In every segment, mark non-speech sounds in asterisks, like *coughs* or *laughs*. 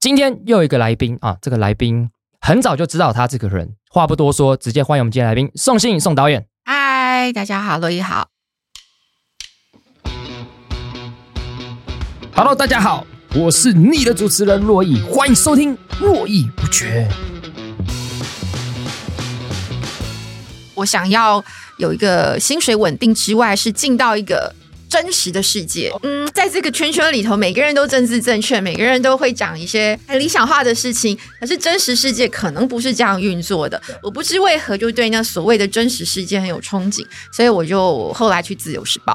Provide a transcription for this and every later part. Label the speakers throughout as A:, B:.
A: 今天又有一个来宾啊，这个来宾很早就知道他这个人，话不多说，直接欢迎我们今天来宾宋信宋导演。
B: 嗨，大家好，洛伊好。
A: Hello，大家好，我是你的主持人洛毅，欢迎收听络绎不绝。
B: 我想要有一个薪水稳定之外，是进到一个真实的世界。嗯，在这个圈圈里头，每个人都政治正确，每个人都会讲一些很理想化的事情，可是真实世界可能不是这样运作的。我不知为何就对那所谓的真实世界很有憧憬，所以我就后来去《自由时报》。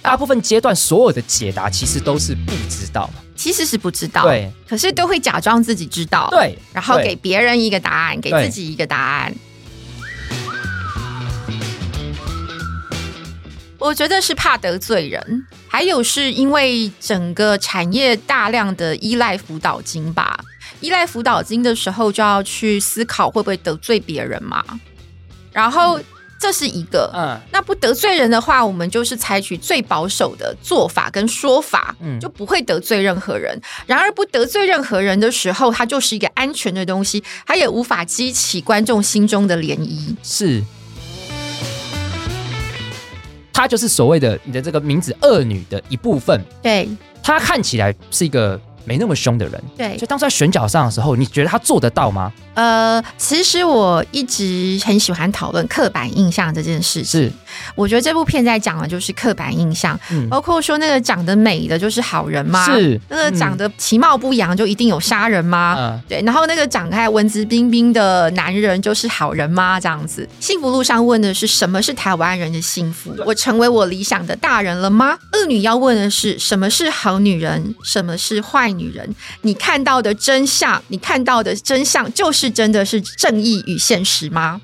A: 大部分阶段所有的解答其实都是不知道嘛，
B: 其实是不知道，
A: 对，
B: 可是都会假装自己知道，，
A: 对，
B: 然后
A: 对
B: 给别人一个答案，给
A: 对
B: 自己一个答案。我觉得是怕得罪人，还有是因为整个产业大量的依赖辅导金吧。依赖辅导金的时候，就要去思考会不会得罪别人嘛。然后这是一个，
A: 嗯
B: 那不得罪人的话，我们就是采取最保守的做法跟说法，
A: 嗯
B: 就不会得罪任何人。然而，不得罪任何人的时候，它就是一个安全的东西，它也无法激起观众心中的涟漪。
A: 是。她就是所谓的你的这个名字“恶女”的一部分，
B: 对
A: 她看起来是一个没那么凶的人，
B: 对
A: 所以，当初在选角上的时候，你觉得她做得到吗？
B: 呃，其实我一直很喜欢讨论刻板印象这件事情。
A: 是，
B: 我觉得这部片在讲的就是刻板印象，
A: 嗯，
B: 包括说那个长得美的就是好人吗？。
A: 是嗯
B: 那个长
A: 得
B: 得其貌不扬就一定有杀人吗？
A: 嗯
B: 对，然后那个长开文质彬彬的男人就是好人吗？这样子，幸福路上问的是什么是台湾人的幸福？我成为我理想的大人了吗？恶女要问的是什么是好女人，什么是坏女人？你看到的真相，你看到的真相就是真的是正义与现实吗？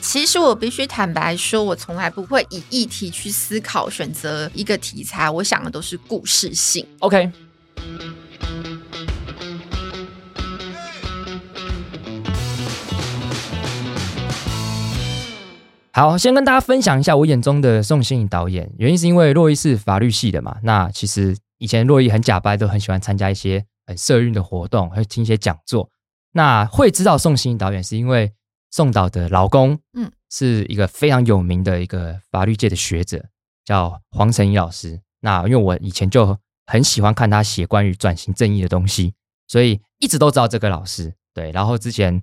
B: 其实我必须坦白说，我从来不会以议题去思考选择一个题材，我想的都是故事性。
A: OK，好，先跟大家分享一下我眼中的宋欣颖导演，原因是因为洛伊是法律系的嘛。那其实以前洛伊很假掰，都很喜欢参加一些很社运的活动，会听一些讲座。那会知道宋欣颖导演，是因为宋导的老公，嗯
B: 嗯，
A: 是一个非常有名的一个法律界的学者，叫黄成义老师。那因为我以前就很喜欢看他写关于转型正义的东西，所以一直都知道这个老师。对，然后之前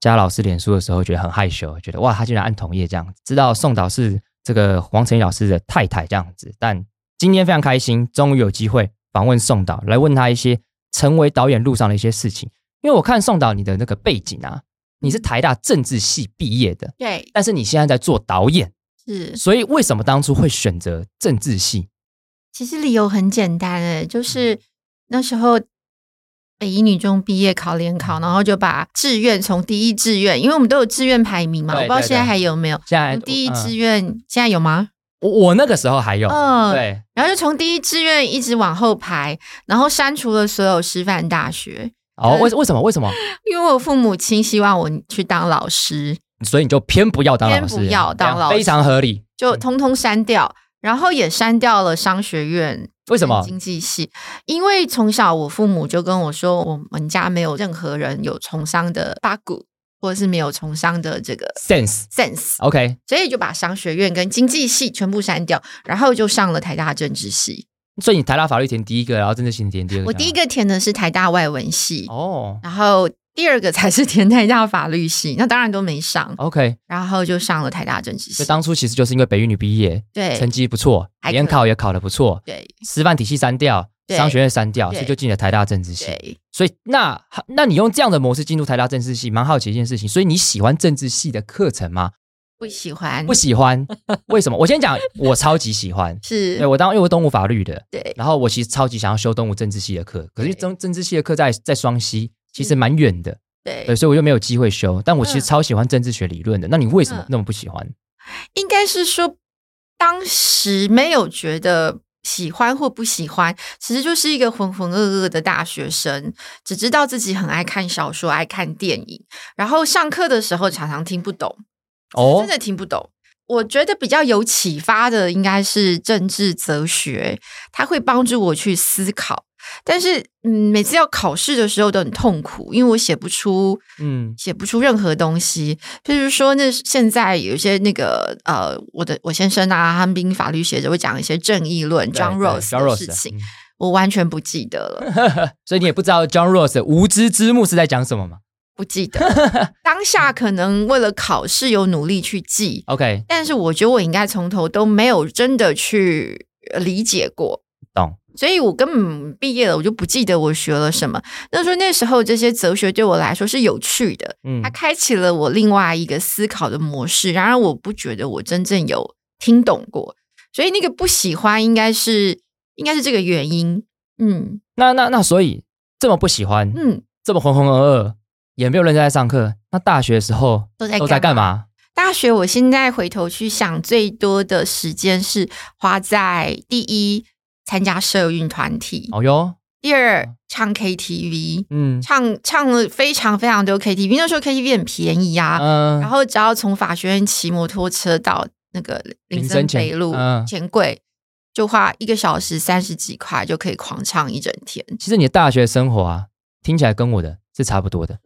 A: 加老师脸书的时候，觉得很害羞，觉得哇，他竟然按同业这样。知道宋导是这个黄成义老师的太太这样子，但今天非常开心，终于有机会访问宋导，来问他一些成为导演路上的一些事情。因为我看宋导你的那个背景啊，你是台大政治系毕业的，
B: 对，
A: 但是你现在在做导演，
B: 是，
A: 所以为什么当初会选择政治系？
B: 其实理由很简单诶，
A: 嗯
B: 就是那时候北一女中毕业考联考，然后就把志愿从第一志愿，因为我们都有志愿排名嘛，我
A: 对
B: 不知道
A: 对
B: 现在
A: 对
B: 还有没有。
A: 现在
B: 从第一
A: 嗯
B: 志愿、现在有吗？
A: 我我那个时候还有，
B: 嗯
A: 对，
B: 然后就从第一志愿一直往后排，然后删除了所有师范大学，
A: 哦，
B: 嗯
A: 为为什么为什么？
B: 因为我父母亲希望我去当老师，
A: 所以你就偏不要当老师，
B: 偏不要当老师
A: 非常合理。
B: 就通通删掉，然后也删掉了商学院
A: 为什么？
B: 经济系，因为从小我父母就跟我说，我们家没有任何人有从商的八股，或者是没有从商的这个
A: sense
B: sense，
A: OK，
B: 所以就把商学院跟经济系全部删掉，然后就上了台大政治系。
A: 所以你台大法律填第一个，然后政治系填第二个。
B: 我第一个填的是台大外文系，
A: 啊哦
B: 然后第二个才是填台大法律系，那当然都没上，
A: ，OK，
B: 然后就上了台大政治
A: 哦所以
B: 系。
A: 当初其实就是因为北语女毕业，成
B: 对
A: 绩不错，
B: 还可以
A: 联考也考得不错，
B: 对
A: 师范体系删掉，
B: 对
A: 商学院删掉，
B: 对
A: 所以就进了台大政治系。
B: 对，
A: 所以那那你用这样的模式进入台大政治系，蛮好奇一件事情。所以你喜欢政治系的课程吗？
B: 不喜欢，
A: 不喜
B: *laughs*
A: 欢，为什么？我先讲，我超级喜欢。
B: 是
A: 对我当因为我动物法律的，
B: 对
A: 然后我其实超级想要修动物政治系的课，可是
B: 对
A: 政政治系的课在在双溪，其实
B: 嗯
A: 蛮远的，
B: 对
A: 对，所以我就没有机会修。但我其实
B: 嗯
A: 超喜欢政治学理论的，那你为什么
B: 嗯
A: 那么不喜欢？
B: 应该是说当时没有觉得喜欢或不喜欢，其实就是一个浑浑噩噩的大学生，只知道自己很爱看小说、爱看电影，然后上课的时候常常听不懂，
A: 哦
B: 真，的听不懂。我觉得比较有启发的应该是政治哲学，它会帮助我去思考。但是，嗯，每次要考试的时候都很痛苦，因为我写不出
A: 嗯，
B: 写不出任何东西。譬如说，那现在有一些那个呃，我的我先生啊，他们兵法律学者会讲一些正义论
A: 对
B: John
A: 对
B: Rose
A: John
B: 的
A: Rose
B: 事
A: 的
B: 情，
A: 嗯
B: 我完全不记得了，
A: *laughs* 所以你也不知道 John Rose 的无知之幕是在讲什么吗
B: 不记得。
A: *laughs*
B: 当下可能为了考试有努力去记，
A: ？OK，
B: 但是我觉得我应该从头都没有真的去呃理解过。
A: 懂，
B: 所以我根本毕业了，我就不记得我学了什么。那说那时候这些哲学对我来说是有趣的，
A: 嗯
B: 它，开启了我另外一个思考的模式。然而，我不觉得我真正有听懂过，所以那个不喜欢应该是应该是这个原因。嗯
A: 那那那所以这么不喜欢，
B: 嗯，
A: 这么浑浑噩噩，也没有认真在上课，那大学的时候
B: 都在
A: 都在干？嘛？
B: 大学我现在回头去想，最多的时间是花在第一参加社运团体，
A: 哦哟，
B: 第二唱 KTV。
A: 嗯
B: 唱唱了非常非常多 KTV，那时候 KTV 很便宜啊，
A: 嗯，
B: 然后只要从法学院骑摩托车到那个
A: 林
B: 林森
A: 森前
B: 北路
A: 嗯
B: 钱柜，就花一个小时三十几块就可以狂唱一整天。
A: 其实你的大学生活啊，听起来跟我的是差不多
B: *laughs*
A: 的。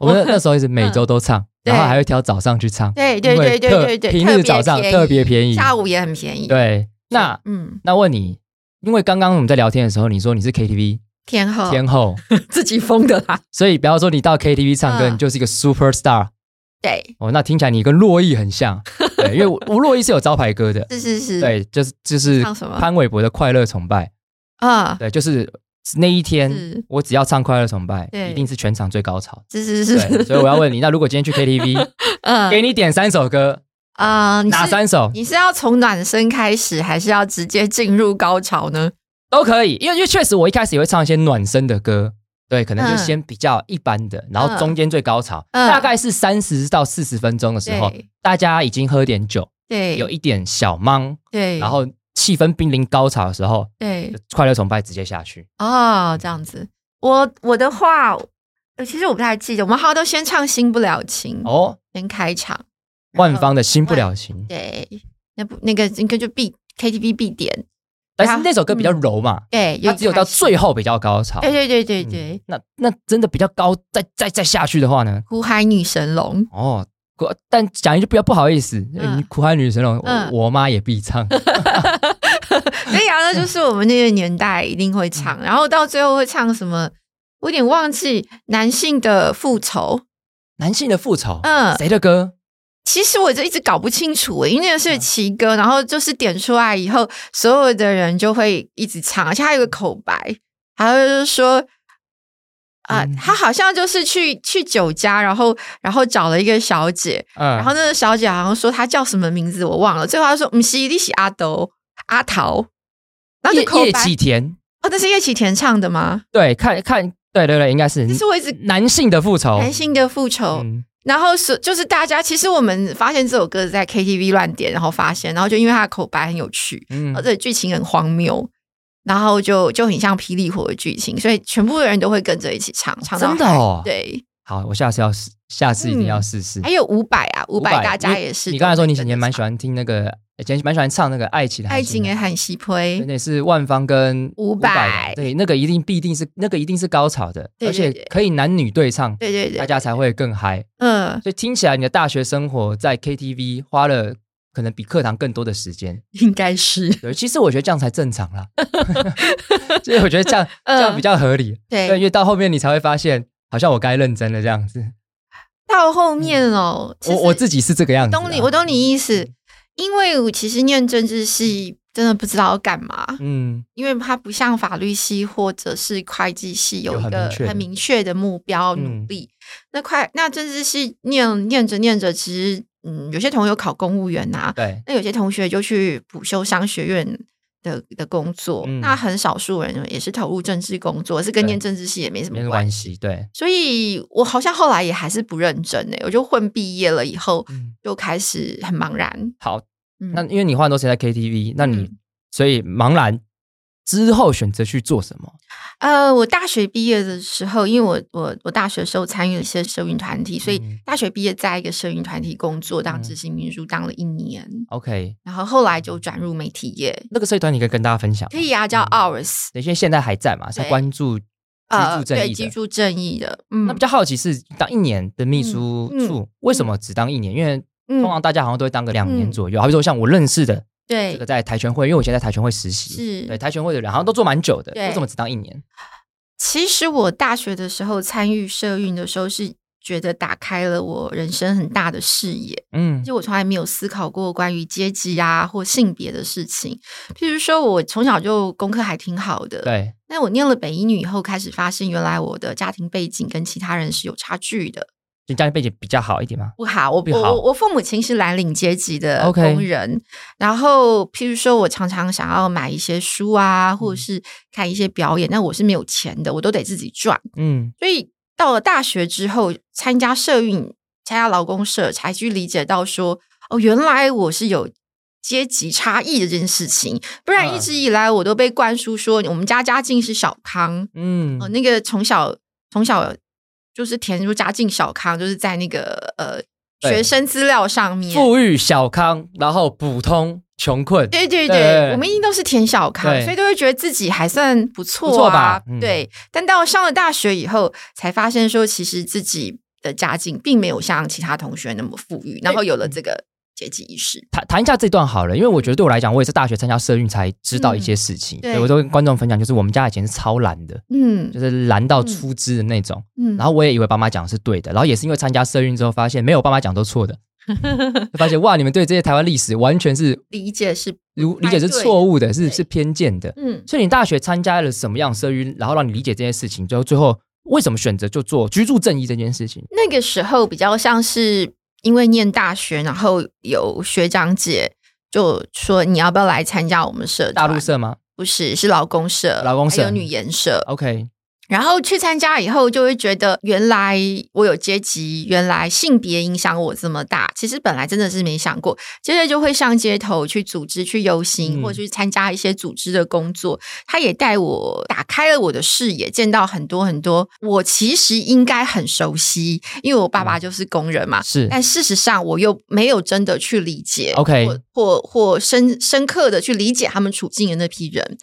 A: 我们那那时候也是每周都唱，
B: 对
A: 然后还会挑早上去唱，
B: 对对
A: 因为
B: 对对
A: 特
B: 对对，
A: 平
B: 特
A: 日
B: 别
A: 早上
B: 便宜
A: 特别便宜。
B: 下午也很便宜。，
A: 对，那
B: 嗯，
A: 那问你，因为刚刚我们在聊天的时候，你说你是 KTV
B: 天后
A: 天后，
B: *laughs* 自己疯的啦。
A: 所以不要说你到 KTV 唱歌，
B: 嗯
A: 你就是一个 super star
B: 对，
A: 哦。那听起来你跟洛毅很
B: *laughs*
A: 像，对，因为我我洛毅是有招牌歌的，
B: 是是是，，
A: 对，就是就是
B: 唱什么
A: 潘玮柏的《快乐崇拜》，
B: 啊，
A: 对，就是那一天
B: 是
A: 我只要唱《快乐崇拜
B: 对》，
A: 一定是全场最高潮。
B: 是是
A: 对，
B: 是，
A: 所以我要问你，那如果今天去 KTV，给
B: *laughs* 嗯
A: 你点三首歌，
B: 啊，你
A: 哪
B: 是
A: 三首
B: 你是要从暖身开始，还是要直接进入高潮呢？
A: 都可以，因为因为确实我一开始也会唱一些暖身的歌，对，可能就
B: 嗯
A: 先比较一般的，然后中间最高潮，
B: 嗯
A: 大概是三十到四十分钟的时候
B: 对，
A: 大家已经喝点酒，
B: 对，
A: 有一点小懵，
B: 对，
A: 然后气氛濒临高潮的时候，
B: 对
A: 就快乐崇拜直接下去。
B: 哦，这样子。我我的话，呃其实我不太记得，我们好像都先唱《新不了情》
A: 哦，
B: 先开场。
A: 万芳的新不了情，
B: 对，那部那个应该就必 KTV 必点，
A: 但是那首歌比较柔嘛，
B: 对，又
A: 它只有到
B: 嗯开始
A: 最，后比较高潮。
B: 对对对对
A: 嗯
B: 对，
A: 那那真的比较高，再再再下去的话呢？
B: 呼海女神龙， *laughs*
A: 哦，过但讲一句不要不好意思，
B: 嗯
A: 你苦海女神龙，
B: 嗯
A: 我我妈也必唱。
B: 对呀，那就是我们那个年代一定会
A: 嗯
B: 唱，然后到最后会唱什么？我有点忘记男性的复仇，
A: *laughs* 男性的复仇，
B: 嗯
A: 谁的歌？
B: 其实我就一直搞不清楚，因为那个是奇歌，然后就是点出来以后，所有的人就会一直唱，而且还有一个口白，还有就是说。啊、
A: 嗯
B: 他好像就是去去酒家，然后然后找了一个小姐，
A: 嗯，
B: 然后那个小姐好像说她叫什么名字我忘了，最后她说嗯，西利喜阿斗阿桃，然后就
A: 叶
B: 口
A: 叶
B: 白
A: 启田，
B: 哦，那是叶启田唱的吗？
A: 对，看看，对对对，应该是
B: 这是我一直
A: 男性的复仇，
B: 男性的复仇，
A: 嗯
B: 然后是就是大家其实我们发现这首歌在 KTV 乱点，然后发现，然后就因为它的口白很有趣，
A: 嗯
B: 而且剧情很荒谬，然后就就很像霹雳火的剧情，所以全部的人都会跟着一起唱，唱到
A: 真的哦
B: 嗨对，
A: 好，我下次要试，下次一定要
B: 嗯
A: 试试
B: 还。有伍佰啊，伍
A: 伍
B: 佰
A: 佰
B: 大
A: 因
B: 家
A: 为
B: 也是都会跟着唱。
A: 你刚才说你以前也蛮喜欢听那个，以前蛮喜欢唱那个《爱情的
B: 爱
A: 韩
B: 情
A: 信
B: 也
A: 的
B: 很稀
A: 对
B: 推，
A: 那是万芳跟
B: 伍
A: 的
B: 佰
A: 对，那个一定必定是那个一定是高潮的，
B: 对
A: 而且
B: 对对
A: 可以男女对唱，
B: 对对对，
A: 大家才会更嗨。
B: 嗯，
A: 所以听起来你的大学生活在 KTV 花了可能比课堂更多的时间。
B: 嗯应该是
A: 对，其实我觉得这样才正常
B: *laughs*
A: 啦，所以我觉得这样
B: 嗯
A: 这样比较合理。对，因
B: 对。
A: 为嗯到后面你才会发现，好像我该认真了这样子。
B: 到后面哦，其
A: 我
B: 实
A: 我自己是这个样子啦。
B: 懂你，我懂你意思，因为我其实念政治系真的不知道要干嘛，
A: 嗯，
B: 因为它不像法律系或者是会计系有
A: 有
B: 一
A: 很
B: 个
A: 明确
B: 很明确的目标
A: 嗯
B: 努力。那会那政治系念念着念着，其实嗯，有些同学有考公务员呐、
A: 对，
B: 那有些同学就去补修商学院的的工作，
A: 嗯
B: 那很少数人也是投入政治工作，是跟
A: 对
B: 念政治系也没什
A: 没
B: 么
A: 有
B: 关
A: 关
B: 系。
A: 系，对，
B: 所以我好像后来也还是不认真诶、我就混毕业了以后
A: 嗯，
B: 就开始很茫然。
A: 好，
B: 嗯
A: 那因为你花很多时间在 KTV，那你
B: 嗯
A: 所以茫然之后选择去做什么？
B: 呃，我大学毕业的时候，因为我我我大学的时候参与了一些社运团体，所以
A: 嗯
B: 大学毕业在一个社运团体工作，当
A: 嗯
B: 执行秘书当了一年，
A: OK，
B: 然后后来就转入媒体业。
A: 那个社团你可以跟大家分享吗，
B: 可以啊，叫
A: 嗯
B: Hours，
A: 对，因为现在还在嘛，
B: 对呃
A: 才关注居住正
B: 对
A: 义
B: 居
A: 的。
B: 住正义的，嗯
A: 那比较好奇是当一年的秘书
B: 嗯嗯
A: 处，为什么只当一年？因为
B: 嗯
A: 通常大家好像都会当个两年
B: 嗯
A: 左右。好比说像我认识的这
B: 对
A: 个在台拳会，因为我以前在台拳会实习，
B: 是
A: 对台拳会的人好像都做蛮久的，
B: 对
A: 为什么只当一年？
B: 其实我大学的时候参与社运的时候，是觉得打开了我人生很大的视野。
A: 嗯
B: 就我从来没有思考过关于阶级啊或性别的事情。譬如说，我从小就功课还挺好的，
A: 对，
B: 那我念了北一女以后，开始发现原来我的家庭背景跟其他人是有差距的。
A: 就家庭背景比较好一点嘛。
B: 不好，我
A: 不
B: 我
A: 好
B: 我我父母亲是蓝领阶级的
A: OK
B: 工人然后譬如说我常常想要买一些书啊，
A: 嗯
B: 或者是看一些表演，那我是没有钱的，我都得自己赚。
A: 嗯，
B: 所以到了大学之后，参加社运、参加劳工社，才去理解到说，哦，原来我是有阶级差异的这件事情。不然
A: 嗯
B: 一直以来我都被灌输说，我们家家境是小康，
A: 嗯
B: 哦，那个从小从小就是填入家境小康，就是在那个呃
A: 对
B: 学生资料上面。
A: 富裕、小康，然后普通、穷困，
B: 对对
A: 对
B: 对，我们一定都是填小康，
A: 对
B: 所以都会觉得自己还算不错、啊，
A: 不错吧嗯
B: 对，但到上了大学以后，才发现说，其实自己的家境并没有像其他同学那么富裕，然后有了
A: 嗯
B: 这个阶级意识。
A: 谈谈一下这段好了，因为我觉得对我来讲，我也是大学参加社运才知道一些事情。
B: 嗯对
A: 对我都跟观众分享，就是我们家以前是超懒的，
B: 嗯
A: 就是懒到出汁的那种。
B: 嗯，
A: 然后我也以为爸妈讲的是对的，然后也是因为参加社运之后，发现没有爸妈讲都错
B: *laughs*
A: 的，就发现哇，你们对这些台湾历史完全是
B: 理解是
A: 如
B: 不
A: 理
B: 太
A: 解是
B: 对的
A: 错误的，是
B: 对
A: 是偏见的。
B: 嗯
A: 所以你大学参加了什么样的社运，然后让你理解这些事情，最后最后为什么选择就做居住正义这件事情？
B: 那个时候比较像是因为念大学，然后有学长姐就说你要不要来参加我们社
A: 大
B: 团？
A: 陆社吗
B: 不是，是劳工社，
A: 劳工社
B: 还有女研社。
A: ？OK，
B: 然后去参加以后，就会觉得原来我有阶级，原来性别影响我这么大。其实本来真的是没想过，接着就会上街头去组织、去游
A: 嗯
B: 行，或去参加一些组织的工作。他也带我打开了我的视野，见到很多很多我其实应该很熟悉，因为我爸爸就是工人嘛。
A: 是
B: 啊但事实上，我又没有真的去理解
A: OK
B: 或或或深深刻的去理解他们处境的那批人。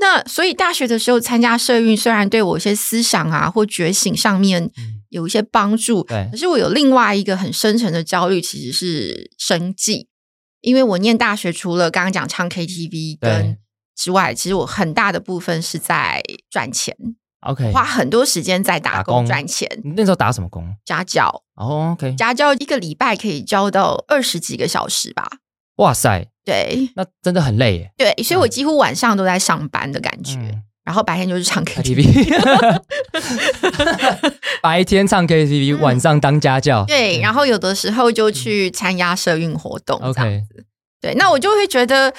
B: 那所以大学的时候参加社运，虽然对我一些思想啊或觉醒上面
A: 嗯
B: 有一些帮助，
A: 对
B: 可是我有另外一个很深层的焦虑，其实是生计，因为我念大学除了刚刚讲唱 KTV
A: 对
B: 跟之外，其实我很大的部分是在赚钱，
A: OK，
B: 花很多时间在打
A: 打
B: 工
A: 工
B: 赚钱，
A: 你那时候打什么工？
B: 家教。
A: 哦，OK、o k
B: 家教一个礼拜可以教到二十几个小时吧。
A: 哇塞，
B: 对
A: 那真的很累耶。
B: 对，所以我几乎晚上都在上班的感觉，
A: 嗯
B: 然后白天就是唱 *laughs* KTV。
A: KTV，白天唱 KTV，、
B: 嗯
A: 晚上当家教。嗯
B: 对，然后有的时候就去参加社运活动
A: 后
B: 这样。
A: 嗯 OK，
B: 对，那我就会觉得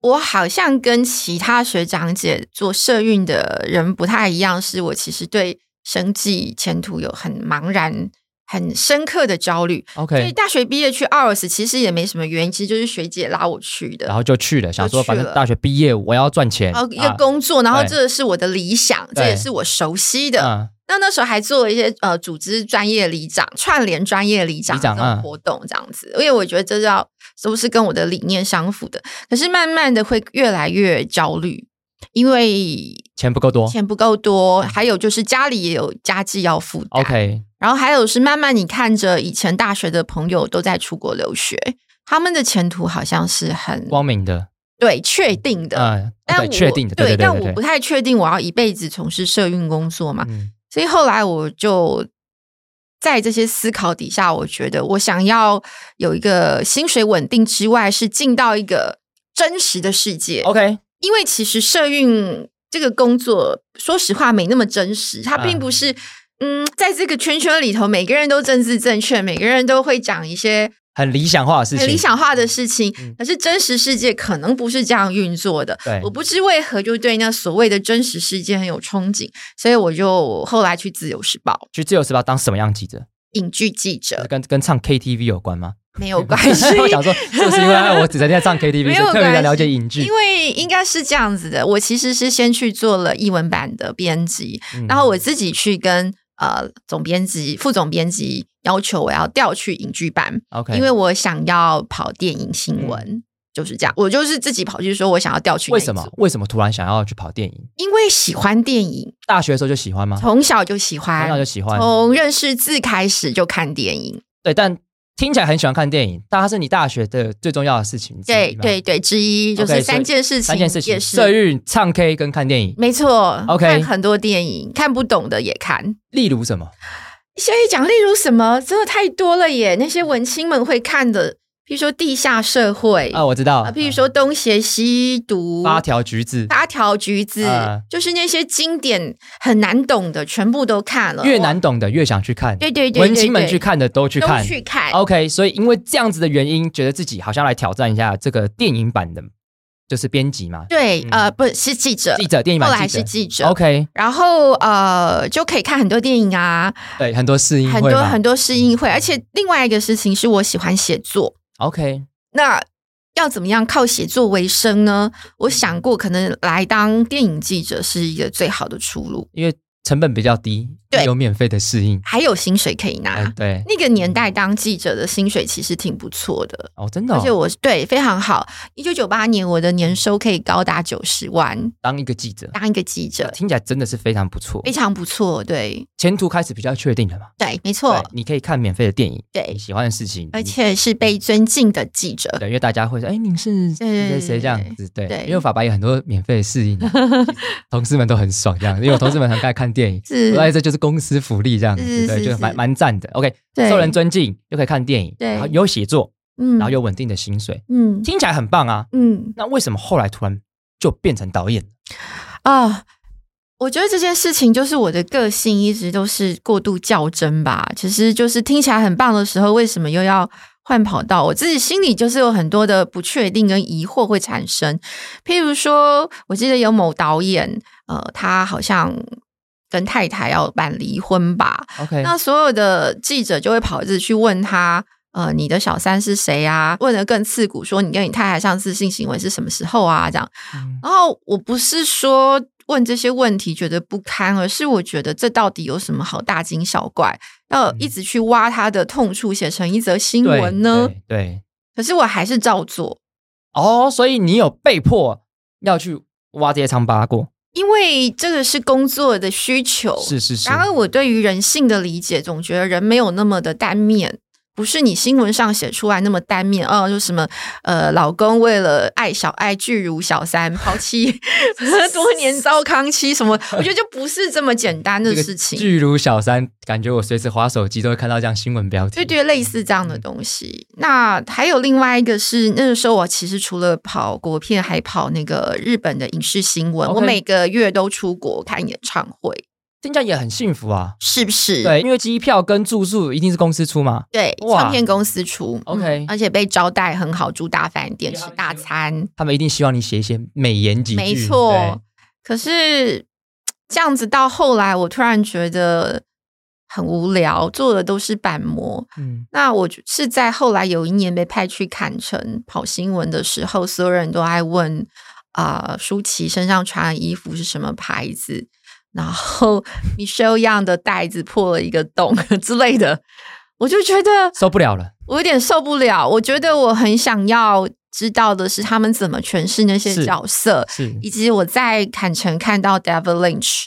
B: 我好像跟其他学长姐做社运的人不太一样，是我其实对生计前途有很茫然、很深刻的焦虑。所以
A: OK，
B: 大学毕业去 OURS 其实也没什么原因，其实就是学姐拉我去的。
A: 然后就去了，想说
B: 就去
A: 反
B: 了哦
A: 正大学毕业我要赚钱，
B: 然后一个
A: 啊
B: 工作，然后
A: 对
B: 这是我的理想，这
A: 对
B: 也是我熟悉的。
A: 嗯
B: 那那时候还做了一些呃组织专业里长、串联专业里长
A: 里长
B: 这种
A: 嗯
B: 活动，这样子，因为我觉得这要都是跟我的理念相符的。可是慢慢的会越来越焦虑，因为
A: 钱不够多。
B: 钱不够多，还有就是家里也有家计要负担。
A: OK，
B: 然后还有是慢慢你看着以前大学的朋友都在出国留学，他们的前途好像是很
A: 光明的，
B: 对确定的，
A: 嗯，
B: 但我
A: 对，确定的，
B: 对
A: 对
B: 但
A: 对
B: 我
A: 对
B: 不
A: 对。
B: 太确定我要一辈子从事社运工作嘛，
A: 嗯，
B: 所以后来我就在这些思考底下，我觉得我想要有一个薪水稳定之外，是进到一个真实的世界。
A: OK，
B: 因为其实社运这个工作，说实话没那么真实，它
A: 嗯
B: 并不是。嗯，在这个圈圈里头，每个人都政治正确，每个人都会讲一些
A: 很理想化的事情，
B: 很理想化的事情
A: 嗯，
B: 可是真实世界可能不是这样运作的。
A: 对
B: 我不知为何就对那所谓的真实世界很有憧憬，所以我就后来去《自由时报
A: 去自由时报当什么样记者？》
B: 影剧记者，
A: 跟跟唱 KTV 有关
B: *laughs*
A: 吗？
B: 没有关
A: *laughs*
B: 系。
A: 我想说，是不是因为我只曾经在唱 KTV，
B: 没
A: 所
B: 有
A: 以特别
B: 关
A: 来
B: 系
A: 了解影剧
B: 因？为应该是这样子的，我其实是先去做了译文版的编辑，
A: 嗯
B: 然后我自己去跟呃总编辑、副总编辑要求我要调去影剧版，
A: OK，嗯
B: 因为我想要跑电影新闻。就是这样，我就是自己跑去说，我想要调去
A: 为
B: 哪一
A: 什么
B: 组
A: 为什么突然想要去跑电影？
B: 因为喜欢电影，
A: 大学的时候就喜欢吗？
B: 从小就喜
A: 啊从小
B: 欢
A: 就，喜欢，
B: 从认识字开始就看电影。
A: 对，但听起来很喜欢看电影，但它是你大学的最重要的事情之
B: 对
A: 一吗。
B: 对对，之一就
A: OK，所
B: 是
A: 以
B: 三件事情，
A: 三件事情：
B: 也
A: 社
B: 是嗯
A: 运、唱 K 跟看电影。
B: 没错。
A: OK
B: 看很多电影，看不懂的也看。
A: 例如什么？
B: 现在讲例如什么，真的太多了耶！那些文青们会看的，譬如说地下社会
A: 啊，我知道啊
B: 啊，，譬如说东邪西毒、
A: 八条橘子，
B: 八条橘子，
A: 啊
B: 就是那些经典很难懂的，全部都看了。
A: 越
B: 哇
A: 难懂的越想去看，
B: 对对对对
A: 文青们
B: 对
A: 去看哦的都去
B: 都
A: 看，
B: 去看。
A: OK，所以因为这样子的原因，觉得自己好像来挑战一下这个电影版的，就是编辑嘛，
B: 对，
A: 嗯
B: 呃，不是记者，
A: 记者，电影
B: 后
A: 版
B: 来
A: 记者
B: 是记者。
A: OK，
B: 然后呃，就可以看很多电影啊，
A: 对，很多试映
B: 很
A: 会
B: 多
A: 嘛，嗯
B: 很多试映会，而且另外一个事情是我喜欢写作，
A: OK，
B: 那要怎么样靠写作为生呢？我想过，可能来当电影记者是一个最好的出路，
A: 因为成本比较低，
B: 对啊
A: 有免费的试映，
B: 还有薪水可以拿。
A: 哎，对，
B: 那个年代当记者的薪水其实挺不错的，
A: 哦，真的
B: 而且
A: 哦，
B: 我对非常好。一九九八年我的年收可以高达九十万，
A: 当一个记者，
B: 当一个记者
A: 听起来真的是非常不错
B: 非，常不错。对
A: 前途开始比较确定了嘛，
B: 对，没
A: 对
B: 错，，
A: 你可以看免费的电影，
B: 对
A: 你喜欢的事情，
B: 而
A: 你。
B: 且是被尊敬的记者。
A: 嗯对，因为大家会说，哎，您是谁
B: 对
A: 谁谁这样子，对，
B: 对
A: 因为法白有很多免费的试
B: *laughs*
A: 映啊，同事们都很爽这样，因为我同事们很爱看电影，
B: *laughs* 是
A: 所以这就是公司福利这样子，
B: 是
A: 对，
B: 是
A: 就是蛮蛮赞的。OK，
B: 对
A: 受人尊敬，又可以看电影，
B: 对
A: 然后有写作，
B: 嗯
A: 然后有稳定的薪水，
B: 嗯
A: 听起来很棒啊。
B: 嗯
A: 那为什么后来突然就变成导演？
B: 啊、我觉得这件事情就是我的个性一直都是过度较真吧。其实就是听起来很棒的时候，为什么又要换跑道？我自己心里就是有很多的不确定跟疑惑会产生。譬如说，我记得有某导演，呃，他好像跟太太要办离婚吧，
A: ？OK，
B: 那所有的记者就会跑一直去问他，呃，你的小三是谁啊？问的更刺骨，说你跟你太太上次性行为是什么时候啊？这样。
A: 嗯
B: 然后我不是说问这些问题觉得不堪，而是我觉得这到底有什么好大惊小怪，要一直去挖他的痛处，写成一则
A: 嗯
B: 新
A: 对
B: 闻呢？
A: 对对，
B: 可是我还是照做，
A: 哦，所以你有被迫要去挖这些疮疤过？
B: 因为这个是工作的需求。
A: 是是是
B: 然，而，我对于人性的理解，总觉得人没有那么的单面，不是你新闻上写出来那么单面哦，就什么呃，老公为了爱小爱巨乳小三抛
A: *laughs*
B: 弃 *laughs* 多年糟糠妻什么，我觉得就不是这么简单的
A: 这个
B: 事情。
A: 巨如小三，感觉我随时划手机都会看到这样新闻标题。
B: 对对，类似这样的东西。那还有另外一个是，那个时候我其实除了跑国片，还跑那个日本的影视新闻。我
A: OK
B: 每个月都出国看演唱会，
A: 听起来也很幸福啊。
B: 是不是？
A: 对，因为机票跟住宿一定是公司出嘛。
B: 对，
A: 哇
B: 唱片公司出
A: OK
B: 嗯而且被招待很好，住大饭店，
A: 也好
B: 吃大餐，
A: 他们一定希望你写一些美言几句，
B: 没
A: 对
B: 错。可是这样子到后来，我突然觉得很无聊，做的都是板模。
A: 嗯，
B: 那我是在后来有一年被派去坎城跑新闻的时候，所有人都爱问啊、舒淇身上穿的衣服是什么牌子，然后 Michelle Yang 的袋子破了一个洞 *laughs* 之类的，我就觉得
A: 受不了了。
B: 我有点受不了。我觉得我很想要知道的是，他们怎么诠释那些
A: 是
B: 角色，
A: 是
B: 以及我在坎城看到 David Lynch，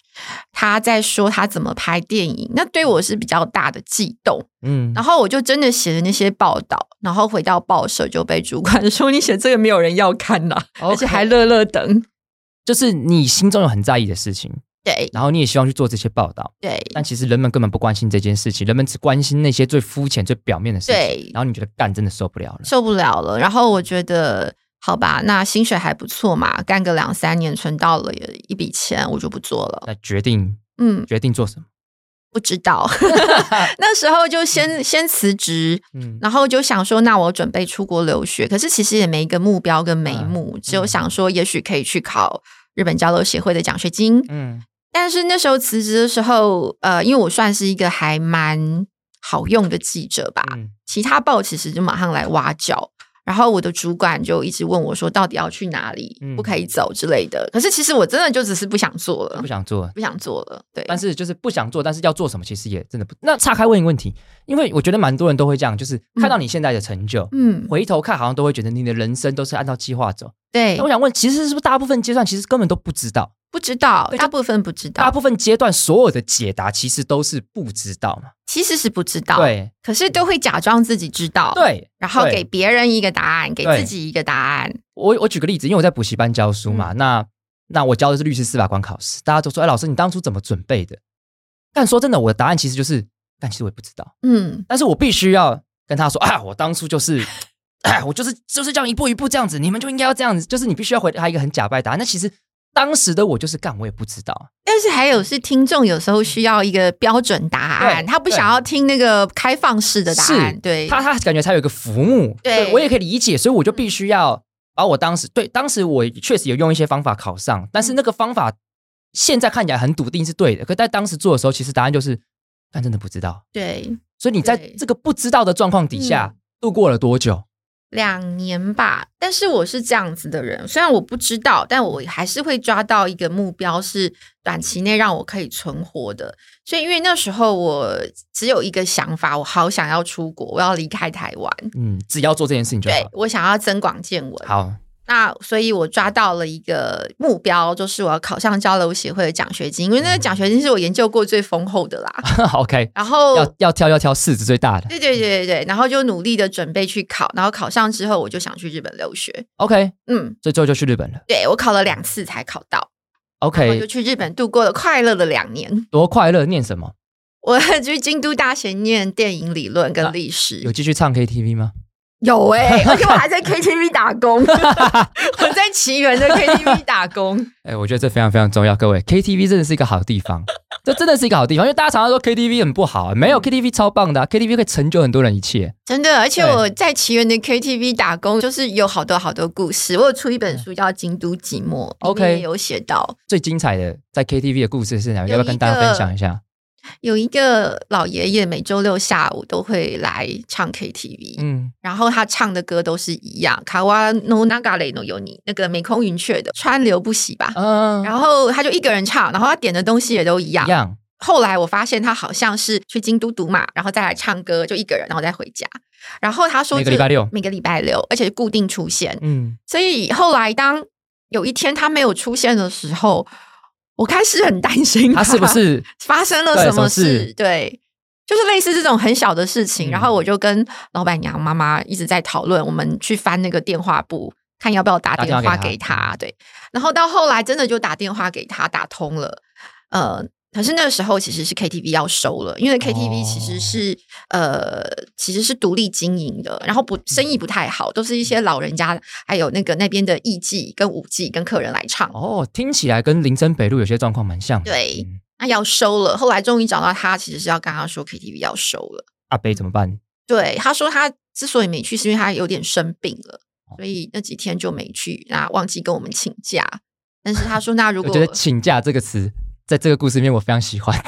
B: 他在说他怎么拍电影，那对我是比较大的悸动。
A: 嗯，
B: 然后我就真的写了那些报道，然后回到报社就被主管 *laughs* 说：“你写这个没有人要看呐、而且还
A: OK
B: 乐乐等。
A: 就是你心中有很在意的事情，
B: 对
A: 然后你也希望去做这些报道，
B: 对
A: 但其实人们根本不关心这件事情，人们只关心那些最肤浅、最表面的事情
B: 对。
A: 然后你觉得干真的受不了了，
B: 受不了了。然后我觉得，好吧，那薪水还不错嘛，干个两三年存到了一笔钱，我就不做了。
A: 那决定
B: 嗯，
A: 决定做什么？
B: 不知道，那时候就先先辞职，
A: 嗯，
B: 然后就想说，那我准备出国留学，可是其实也没一个目标跟眉目，只有想说，也许可以去考日本交流协会的奖学金。
A: 嗯
B: 但是那时候辞职的时候，呃，因为我算是一个还蛮好用的记者吧，
A: 嗯
B: 其他报其实就马上来挖角。然后我的主管就一直问我说，到底要去哪里
A: 嗯，
B: 不可以走之类的。可是其实我真的就只是不想做了
A: 不，想做，
B: 不想做了。哦对，
A: 但是就是不想做，但是要做什么，其实也真的不。那岔开问一个问题，因为我觉得蛮多人都会这样，就是看到你现在的成就，
B: 嗯，
A: 回头看好像都会觉得你的人生都是按照计划走。
B: 对
A: 那我，想问，其实是不是大部分阶段其实根本都不知道？
B: 不知道，
A: 对就
B: 大部分不知
A: 大
B: 道，
A: 部分阶段所有的解答其实都是不知道嘛？
B: 其实是不知道，，
A: 对
B: 可是都会假装自己知道，，
A: 对，
B: 哦然后
A: 对
B: 给别人一个答案，给
A: 对
B: 自己一个答案，
A: 我我举个例子，因为我在补习班教书
B: 嗯
A: 嘛，那那我教的是律师司法官考试，大家都说，哎，老师你当初怎么准备的？但说真的，我的答案其实就是，但其实我也不知道，
B: 嗯，
A: 但是我必须要跟他说，啊，我当初就是。 *coughs* 哎，我就是就是这样一步一步这样子，你们就应该要这样子，就是你必须要回答一个很假掰的答案。那其实当时的我就是干，我也不知道，
B: 但是还有是听众有时候需要一个标准答案，
A: 对
B: 他不想要听那个开放式的答案
A: 是，
B: 对，
A: 他他感觉才有一个浮木，
B: 对
A: 我也可以理解，所以我就必须要把我当时对当时我确实有用一些方法考上，但是那个方法现在看起来很笃定是对的，可在当时做的时候，其实答案就是，但真的不知道。
B: 对，
A: 所以你在
B: 对嗯
A: 这个不知道的状况底下度过了多久？
B: 两年吧。但是我是这样子的人，虽然我不知道，但我还是会抓到一个目标，是短期内让我可以存活的。所以，因为那时候我只有一个想法，我好想要出国，我要离开台湾，
A: 嗯，只要做这件事情就好
B: 对
A: 了。
B: 我想要增广见闻。
A: 好， *laughs*
B: 那所以，我抓到了一个目标，就是我要考上交流协会的奖学金，因为那个
A: 嗯
B: 奖学金是我研究过最丰
A: *laughs*
B: 厚的啦。
A: ，OK，
B: 然后
A: 要要挑要挑市值最大的
B: 哦对对对对对，然后就努力的准备去考，然后考上之后我就想去日本留学。
A: ，OK，
B: 嗯，
A: 所以最后就去日本了
B: 对我考了两次才考到，我就
A: ，OK，
B: 去日本度过了快乐的两年。
A: 多快乐，念什么？
B: 我去京都大学念电影理论跟历
A: 啊有
B: 史，
A: 继续唱 KTV 吗？ *laughs*
B: 有哎、而且我还在 KTV 打工， *laughs* 我在奇缘的 KTV 打工。
A: 哎、我觉得这非常非常重要，各位，KTV 真的是一个好地方， *laughs* 这真的是一个好地方，因为大家常常说 KTV 很不好、啊，
B: 嗯
A: 没有 KTV 超棒的啊、k t v 可以成就很多人一切。啊
B: 真的，而且
A: 对
B: 我在奇缘的 KTV 打工，就是有好多好多故事。我有出一本书叫《京都寂寞》
A: 嗯 OK
B: 里面也有写到，
A: 最精彩的在 KTV 的故事是哪？要不要跟大家分享一下？
B: 有一个老爷爷每周六下午都会来唱 KTV，、
A: 嗯，
B: 然后他唱的歌都是一样，卡哇 no naga le no 有你那个美空云雀的川流不息吧。
A: 嗯、
B: 然后嗯他就一个人唱，然后他点的东西也都一样
A: 一。样，
B: 后来我发现他好像是去京都读马，然后再来唱歌，就一个人，然后再回家。然后他说
A: 每个
B: 这
A: 礼拜六
B: 每个礼拜六，而且是固定出现。
A: 嗯，
B: 所以后来当有一天他没有出现的时候，我开始很担心
A: 他是不是
B: 发生了
A: 对
B: 什
A: 什么
B: 么
A: 事
B: 事？对，就是类似这种很小的事
A: 嗯
B: 情。然后我就跟老板娘妈妈一直在讨论，我们去翻那个电话簿，看要不要打
A: 打
B: 电
A: 电话
B: 话
A: 给嗯
B: 给
A: 他
B: 他。对，然后到后来真的就打电话给他，打通了。呃，可是那个时候其实是 KTV 要收了，因为 KTV 其
A: 哦
B: 实是、呃其实是独立经营的，然后不
A: 嗯
B: 生意不太好，都是一些老人家还有那个那边的艺妓跟舞妓跟客人来唱。
A: 哦，听起来跟林森北路有些状况蛮像的。
B: 对
A: 嗯
B: 那要收了，后来终于找到他，其实是要跟他说 KTV 要收了。
A: 阿北怎么办？
B: 对，他说他之所以没去，是因为他有点生病了，所以那几天就没去，那忘记跟我们请假。但是他说，那如
A: 我
B: 果
A: 觉得“请假”这个词在这个故事里面我非常喜欢。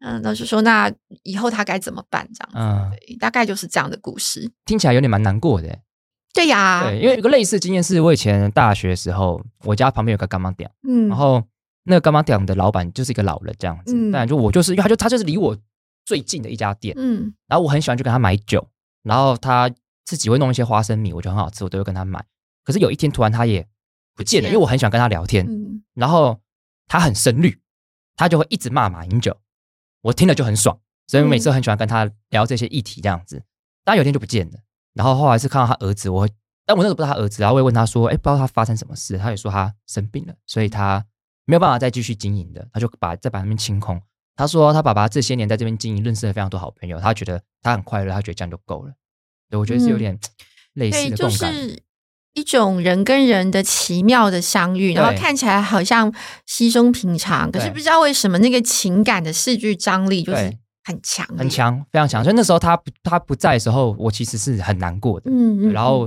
B: 嗯，他就说那以后他该怎么办？这样子，
A: 嗯，
B: 对，大概就是这样的故事。
A: 听起来有点蛮难过的。
B: 对呀、
A: 对，因为有个类似经验是，我以前大学的时候，我家旁边有个干妈店。
B: 嗯
A: 然，后那个干妈店的老板就是一个老人这样子，
B: 嗯
A: 但就我就是因为他就他就是离我最近的一家店，
B: 嗯
A: 然后我很喜欢去跟他买酒，然后他自己会弄一些花生米，我觉得很好吃，我都会跟他买。可是有一天突然他也不见了，
B: 见
A: 因为我很喜欢跟他聊天，
B: 嗯，
A: 然后他很深绿，他就会一直骂马英九，我听了就很爽，所以我每
B: 嗯
A: 次都很喜欢跟他聊这些议题这样子。但有一天就不见了，然后后来是看到他儿子，我会但我那时候不知道他儿子，然后我也问他说，哎，不知道他发生什么事，他也说他生病了，所以他没有办法再继续经营的，他就把再把那边清空。他说他爸爸这些年在这边经营，认识了非常多好朋友，他觉得他很快乐，他觉得这样就够了。对，我觉得是有
B: 嗯
A: 点类似
B: 对，
A: 的
B: 就
A: 共感，
B: 是一种人跟人的奇妙的相遇，然后
A: 对
B: 看起来好像稀松平常，可是
A: 对
B: 不知道为什么那个情感的视距张力就是
A: 对
B: 很强，
A: 很，强，非常强。所以那时候他不他不在的时候，我其实是很难过的。
B: 嗯，嗯
A: 然后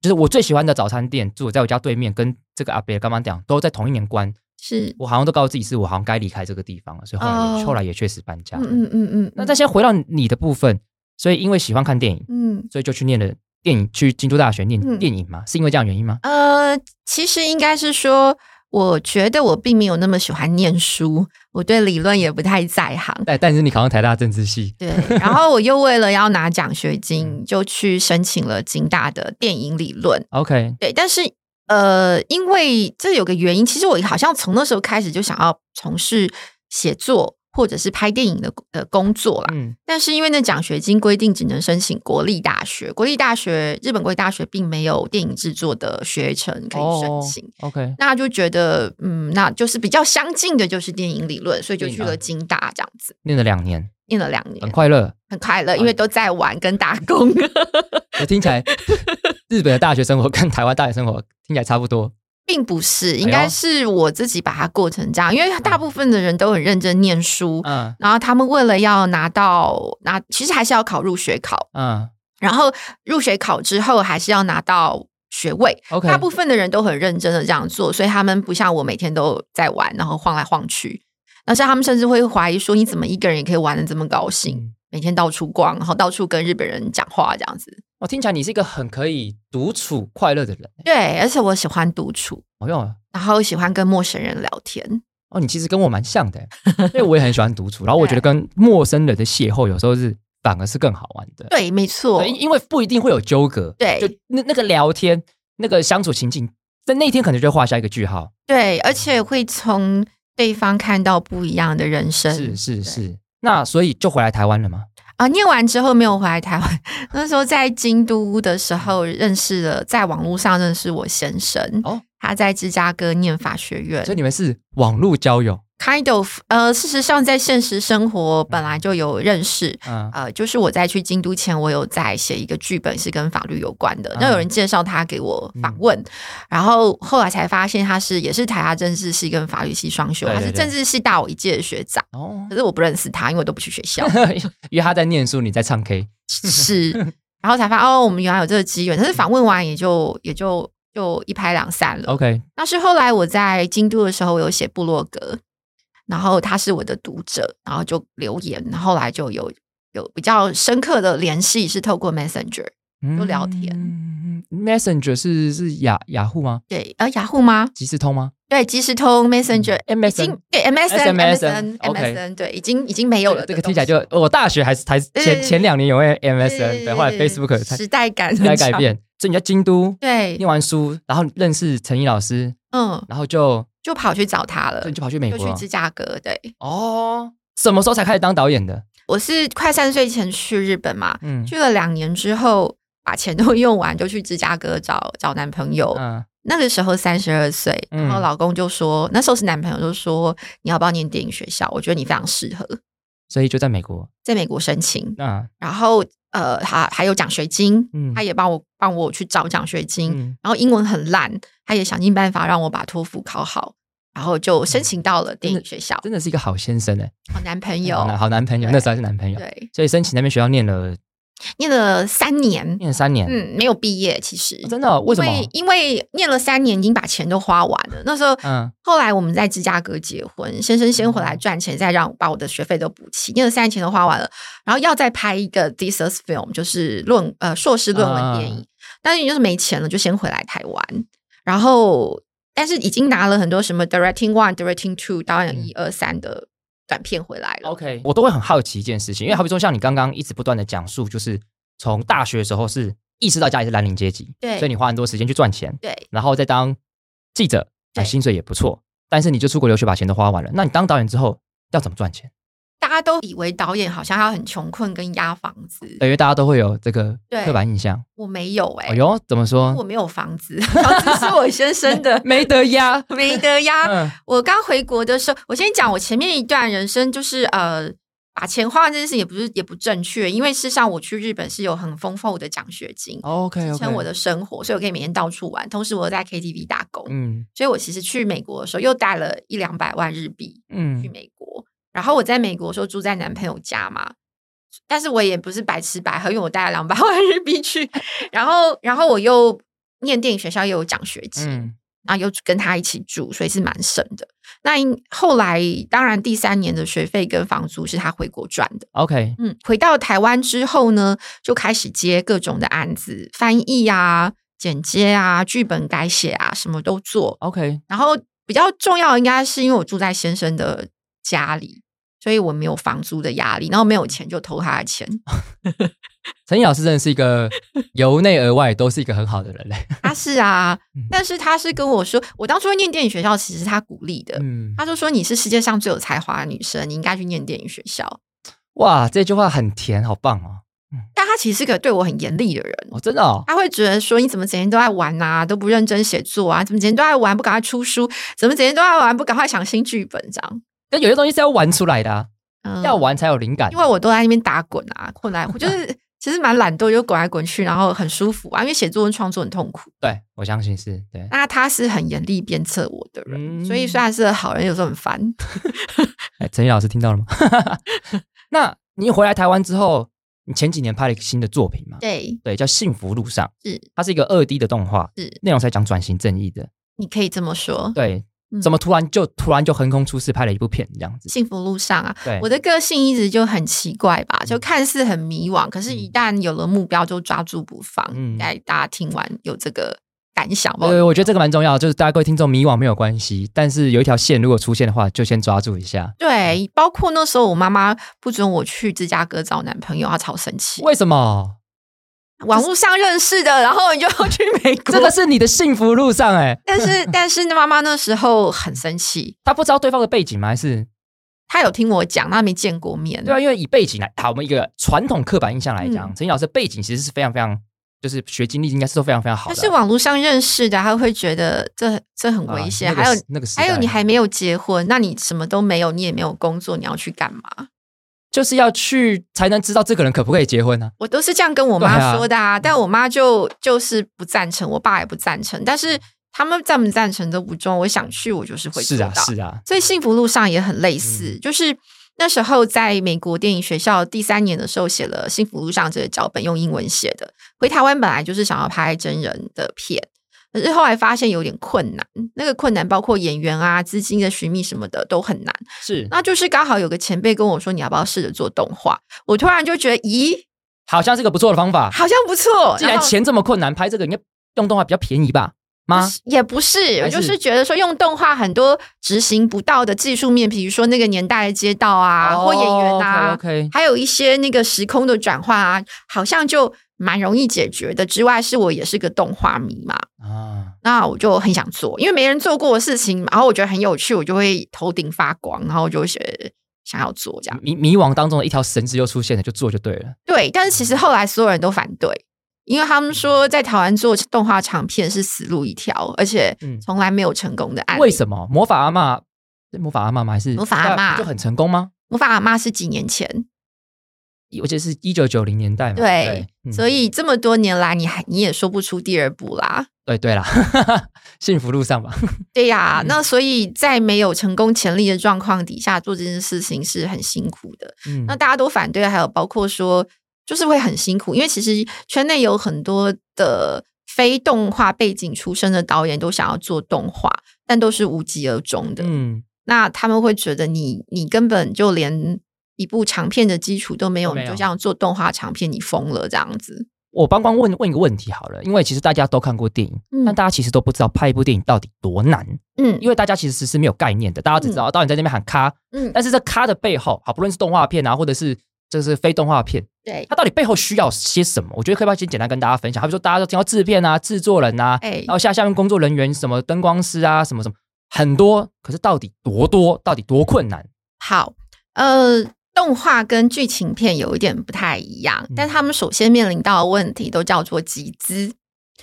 A: 就是我最喜欢的早餐店，住在我家对面，跟这个阿北刚刚讲都在同一年关。
B: 是，
A: 我好像都告诉自己是我好像该离开这个地方了，所以后来也、
B: 哦
A: 后来也确实搬家。
B: 嗯嗯嗯嗯，
A: 那再先回到你的部分，所以因为喜欢看电影，
B: 嗯。
A: 所以就去念了电影，去京都大学念
B: 嗯
A: 电影嘛，是因为这样的原因吗？
B: 呃，其实应该是说，我觉得我并没有那么喜欢念书，我对理论也不太在行。
A: 但但是你考上台大政治系，
B: 对，然后我又为了要拿奖学
A: *laughs* 嗯
B: 金，就去申请了京大的电影理论。
A: OK，
B: 对，但是呃，因为这有个原因，其实我好像从那时候开始就想要从事写作或者是拍电影的的工作啦。
A: 嗯，
B: 但是因为那奖学金规定只能申请国立大学，国立大学日本国立大学并没有电影制作的学程可以申请。
A: 哦、OK，
B: 那就觉得，嗯，那就是比较相近的，就是电影理论，所以就去了京大这样子，
A: 念了两年，
B: 念了两年，
A: 啊很快乐。
B: 很快乐，因为都在玩跟打工。
A: 我听 *laughs* 起来日本的大学生活跟台湾大学生活听起来差不多。
B: *laughs* 并不是，
A: 哎
B: 应该是我自己把它过成这样，因为大部分的人都很认真念书，
A: 嗯
B: 然后他们为了要拿到拿，其实还是要考入学考，
A: 嗯
B: 然后入学考之后还是要拿到学位。
A: ，OK，
B: 大部分的人都很认真的这样做，所以他们不像我每天都在玩，然后晃来晃去。而且他们甚至会怀疑说，你怎么一个人也可以玩的这么高兴，
A: 嗯
B: 每天到处逛，然后到处跟日本人讲话这样子。
A: 我哦听起来你是一个很可以独处快乐的人。欸
B: 对，而且我喜欢独处，
A: 哦哟，
B: 然后喜欢跟陌生人聊天。
A: 哦，你其实跟我蛮像的，欸因为我也很喜欢独处，然后我觉
B: *laughs*
A: 得跟陌生人的邂逅有时候是反而是更好玩的。
B: 对，没错
A: 对，，因因为不一定会有纠葛，
B: 对
A: 就那那个聊天、那个相处情境，在那一天可能就会画下一个句号。
B: 对，而且会从对方看到不一样的人生。
A: 是是是，那所以就回来台湾了吗？
B: 啊、念完之后没有回来台湾， *laughs* 那时候在京都的时候认识了，在网络上认识我先生。
A: 哦
B: 他在芝加哥念法学院
A: 所以你们是网络交友，
B: ，kind of，呃，事实上在现实生活本来就有认识，
A: 嗯，
B: 呃，就是我在去京都前，我有在写一个剧本是跟法律有关
A: 嗯
B: 的，那有人介绍他给我访问，然后后来才发现他是也是台大政治系跟法律系双修，
A: 对对
B: 他是
A: 对
B: 政治系大我一届的学长，
A: 哦
B: 可，是我不认识他，因为我都不去学校，
A: *laughs* 因为他在念书，你在唱 K，
B: 是，然后才发现哦，我们原来有这个机缘，但是访问完也就也就就一拍两散了。
A: ，OK，
B: 那是后来我在京都的时候，我有写部落格，然后他是我的读者，然后就留言，然后后来就有有比较深刻的联系，是透过 Messenger。
A: 就
B: 聊天
A: 嗯，Messenger 是是雅雅虎吗？
B: 对，呃，雅虎吗？
A: 即时通吗？
B: 对，即时
A: 嗯
B: 通 Messenger 已
A: MSN
B: 经对 MSN
A: MSN
B: MSN
A: OK
B: MSN 对，已经已经没有了
A: 这
B: 东西。
A: 个听起来就我大学还是才
B: 对对
A: 前
B: 对
A: 前两年有为
B: 对
A: MSN，对，后来 Facebook 才
B: 时代感
A: 时代
B: 很
A: 改
B: 强。
A: 变，所以你在京都
B: 对
A: 念，完书，然后认识陈怡老师，
B: 嗯，
A: 然后就
B: 就跑去找他了
A: 所以你，就跑去美
B: 呃就
A: 国
B: 去
A: 了
B: 芝加哥。对，
A: 哦。什么时候才开始当导演的？
B: 我是快三十岁前去日本嘛，
A: 嗯
B: 去了两年之后，把钱都 *laughs* 用完，就去芝加哥找找男朋友。
A: 嗯，
B: 那个时候三十二岁，
A: 嗯
B: 然后老公就说，那时候是男朋友就说，你要不要念电影学校？我觉得你非常适合，
A: 所以就在美国。啊
B: 在美国申请，
A: 那
B: 然后呃，还还有奖学金，
A: 嗯
B: 他也帮我帮我去找奖学金，
A: 嗯
B: 然后英文很烂，他也想尽办法让我把托福考好，然后就申请到了电影学校，
A: 嗯真的是一个好先生哎，
B: 好男朋
A: 好
B: 友，
A: 男好男朋友，
B: 对
A: 那时候还是男朋友，
B: 对，
A: 所以申请那边学校念了
B: 念了三年，
A: 念了三年，
B: 嗯，没有毕业，其实
A: 哦哦真的哦为什么？
B: 因为因为念了三年，已经把钱都花完了。那时候，
A: 嗯哦
B: 后来我们在芝加哥结婚，先生先回来赚钱，再让把我的学费都补齐。念了三年钱都花完了，然后要再拍一个 thesis film，就是论呃硕士论文
A: 啊
B: 电影。但是你就是没钱了，就先回来台湾。然后，但是已经拿了很多什么 directing one、directing two、导
A: 嗯
B: 演一二三的短片回来了。
A: ，OK，我都会很好奇一件事情，因为好比说像你刚刚一直不断的讲述，就是从大学的时候是意识到家里是蓝领阶级，
B: 对
A: 所以你花很多时间去赚钱，
B: 对，
A: 然后再当记者，啊
B: 对
A: 薪水也不错，但是你就出国留学把钱都花完了，那你当导演之后要怎么赚钱？
B: 大家都以为导演好像要很穷困跟压房子，
A: 对因为大家都会有这个
B: 对
A: 刻板印象。
B: 我没有哎、
A: 哎呦，怎么
B: 我
A: 说？，
B: 没有房子，房子是我先生
A: *laughs*
B: 的
A: 没得压。
B: 没得呀。
A: 嗯
B: 我刚回国的时候，我先讲我前面一段人生，就是呃，把钱花这件事也不是也不正确，因为事实上我去日本是有很丰厚的奖学金。
A: OK
B: 支
A: OK，
B: 撑我的生活，所以我可以每天到处玩。同时，我又在 KTV 打工，
A: 嗯
B: 所以我其实去美国的时候又带了一两百万日币去
A: 嗯
B: 美国。然后我在美国的时候住在男朋友家嘛，但是我也不是白吃白喝，因为我带了两百 *laughs* 万日币去。然后，然后我又念电影学校又有奖学金，
A: 嗯
B: 然后又跟他一起住，所以是蛮省的。那因后来当然第三年的学费跟房租是他回国赚的。
A: ，OK，
B: 嗯，回到台湾之后呢，就开始接各种的案子，翻译啊、剪接啊、剧本改写啊，什么都做。
A: OK，
B: 然后比较重要，应该是因为我住在先生的家里，所以我没有房租的压力，然后没有钱就偷他的钱。
A: 陈毅老师真的是一个 *laughs* 由内而外都是一个很好的人嘞。
B: 他是啊
A: *laughs* 嗯，
B: 但是他是跟我说，我当初会念电影学校，其实是他鼓励的。
A: 嗯，
B: 他就说你是世界上最有才华的女生，你应该去念电影学校。
A: 哇，这句话很甜，好棒哦！
B: 但他其实是个对我很严厉的人，
A: 哦，真的哦，
B: 他会觉得说你怎么整天都在玩啊，都不认真写作啊，怎么整天都在玩不赶快出书，怎么整天都在玩不赶快想新剧本这样。
A: 但有些东西是要玩出来的、啊，
B: 嗯
A: 要，玩才有灵感。
B: 因为我都在那边打滚啊，困来我就是 *laughs* 其实蛮懒惰，就滚来滚去，然后很舒服啊，因为写作文创作很痛苦。
A: 对我相信是对，
B: 那他是很严厉鞭策我的人，
A: 嗯
B: 所以虽然是个好人，有时候很烦。
A: 哎，陈毅老师听到了吗？ *laughs* 那你回来台湾之后，你前几年拍了一个新的作品嘛？
B: 对，
A: 对，叫《幸福路上》，
B: 是
A: 它是一个二 D 的动画，
B: 是，
A: 内容在讲转型正义的。
B: 你可以这么说。
A: 对
B: 嗯，
A: 怎么突然就突然就横空出世拍了一部片这
B: *laughs*
A: 样子？
B: 幸福路上啊，
A: 对，嗯
B: 我的个性一直就很奇怪吧，就看似很迷惘，可是，一旦有了目标就抓住不放。
A: 嗯呃
B: 应该大家听完有这个感想吧？
A: 对，我觉得这个蛮重要，就是大家各位听众迷惘没有关系，但是有一条线如果出现的话，就先抓住一下。嗯
B: 对，包括那时候我妈妈不准我去芝加哥找男朋友，她超生气。
A: 为什么？
B: 网络上认识的，然后你就要去美国，
A: 这个是你的幸福路上哎、
B: *laughs*
A: *laughs*
B: 但是但是妈妈那时候很生气，
A: 他不知道对方的背景吗？还是
B: 她有听我讲，她没见过面。
A: 对啊？因为以背景来，好，我们一个传统刻板印象来讲，
B: 嗯
A: 陈毅老师的背景其实是非常非常，就是学经历应该是都非常非常好
B: 但
A: 的。
B: 是网络上认识的，她会觉得这这很
A: 啊
B: 危险。
A: 那个
B: 还有
A: 时那个时代，
B: 还有，你还没有结婚，那你什么都没有，你也没有工作，你要去干嘛？
A: 就是要去才能知道这个人可不可以结婚呢、
B: 我都是这样跟我
A: 对
B: 妈
A: 啊
B: 说的啊，但我妈就就是不赞成，我爸也不赞成，但是他们赞不赞成都不重要，我想去我就是会
A: 是
B: 做到。
A: 啊，是啊，
B: 所以幸福路上也很类似，就是那时候在美国电影学校第三年的时候写了《幸福路上》这个脚本，用英文写的。回台湾本来就是想要拍真人的片，可是后来发现有点困难，那个困难包括演员啊、资金的寻觅什么的都很难。
A: 是，啊
B: 那就是刚好有个前辈跟我说，你要不要试着做动画？我突然就觉得，咦，
A: 好像是个不错的方法。
B: 好像
A: *laughs*
B: 不错。
A: 既然
B: 后
A: 钱这么困难，拍这个应该用动画比较便宜吧？
B: 不
A: 吗？
B: 是也不是，我
A: 还
B: 就是是觉得说用动画很多执行不到的技术面，比如说那个年代的街道啊，
A: 哦
B: 或演员啊
A: o k
B: 还有一些那个时空的转换啊，好像就蛮容易解决的。之外，是我也是个动画迷嘛，
A: 啊，
B: 那我就很想做，因为没人做过的事情，然后我觉得很有趣，我就会头顶发光，然后我就会觉得想要做这样。
A: 迷迷惘当中的一条绳子又出现了，就做就对了。
B: 对，但是其实后来所有人都反对，因为他
A: 嗯
B: 们说在台湾做动画长片是死路一条，而且
A: 嗯
B: 从来没有成功的案例。
A: 为什么魔法阿嬷是魔法阿嬷吗？还是
B: 魔法阿嬷
A: 那就很成功吗？
B: 魔法阿妈是几年前，
A: 我记得是一九九零年代嘛。
B: 对，
A: 嗯
B: 所以这么多年来，你还你也说不出第二部啦。
A: 对对啦， *laughs* 幸福路上吧。嗯
B: 对呀，那所以在没有成功潜力的状况底下做这件事情是很辛苦的。
A: 嗯
B: 那大家都反对，还有包括说，就是会很辛苦，因为其实圈内有很多的非动画背景出身的导演都想要做动画，但都是无疾而终的。
A: 嗯，
B: 那他们会觉得你你根本就连一部长片的基础都没有，
A: 都没有
B: 你就像做动画长片，你疯了这样子。
A: 我帮光问问一个问题好了，因为其实大家都看过电影，
B: 嗯
A: 但大家其实都不知道拍一部电影到底多难，
B: 嗯
A: 因为大家其实是没有概念的，大家只知道导演在那边喊咔，
B: 嗯，
A: 但是这咔的背后，好，不论是动画片啊，或者是这是非动画片，
B: 对，
A: 它到底背后需要些什么？我觉得可以不可以先简单跟大家分享？好比说大家都听到制片啊、制作人啊，
B: 哎
A: 然后下下面工作人员什么灯光师啊、什么什么很多，可是到底多多，到底多困难？
B: 好，呃，动画跟剧
A: 嗯
B: 情片有一点不太一样，但他们首先面临到的问题都叫做集资。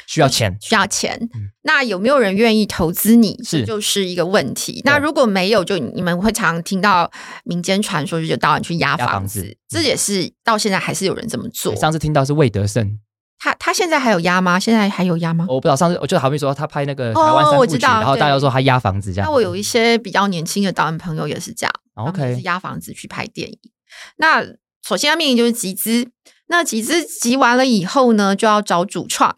A: 需要钱，
B: 需要钱，那有没有人愿意投资你？
A: 嗯是
B: 这就是一个问题。那如果没有，就你们会常听到民间传说，就是有导演去压
A: 压
B: 房
A: 房
B: 子，
A: 子嗯
B: 这也是到现在还是有人这么做
A: 对。上次听到是魏德胜，
B: 他他现在还有压吗？现在还有压吗？
A: 我不知道上次我就好比说他拍那个台湾三
B: 哦我
A: 部
B: 知
A: 曲，
B: 道
A: 然后大家
B: 对
A: 都说他压房子这样。
B: 那我有一些比较年轻的导演朋友也是这样，
A: 哦
B: 他们就
A: OK
B: 是压房子去拍电影。那首先要面临就是集资，那集资集完了以后呢，就要找主创。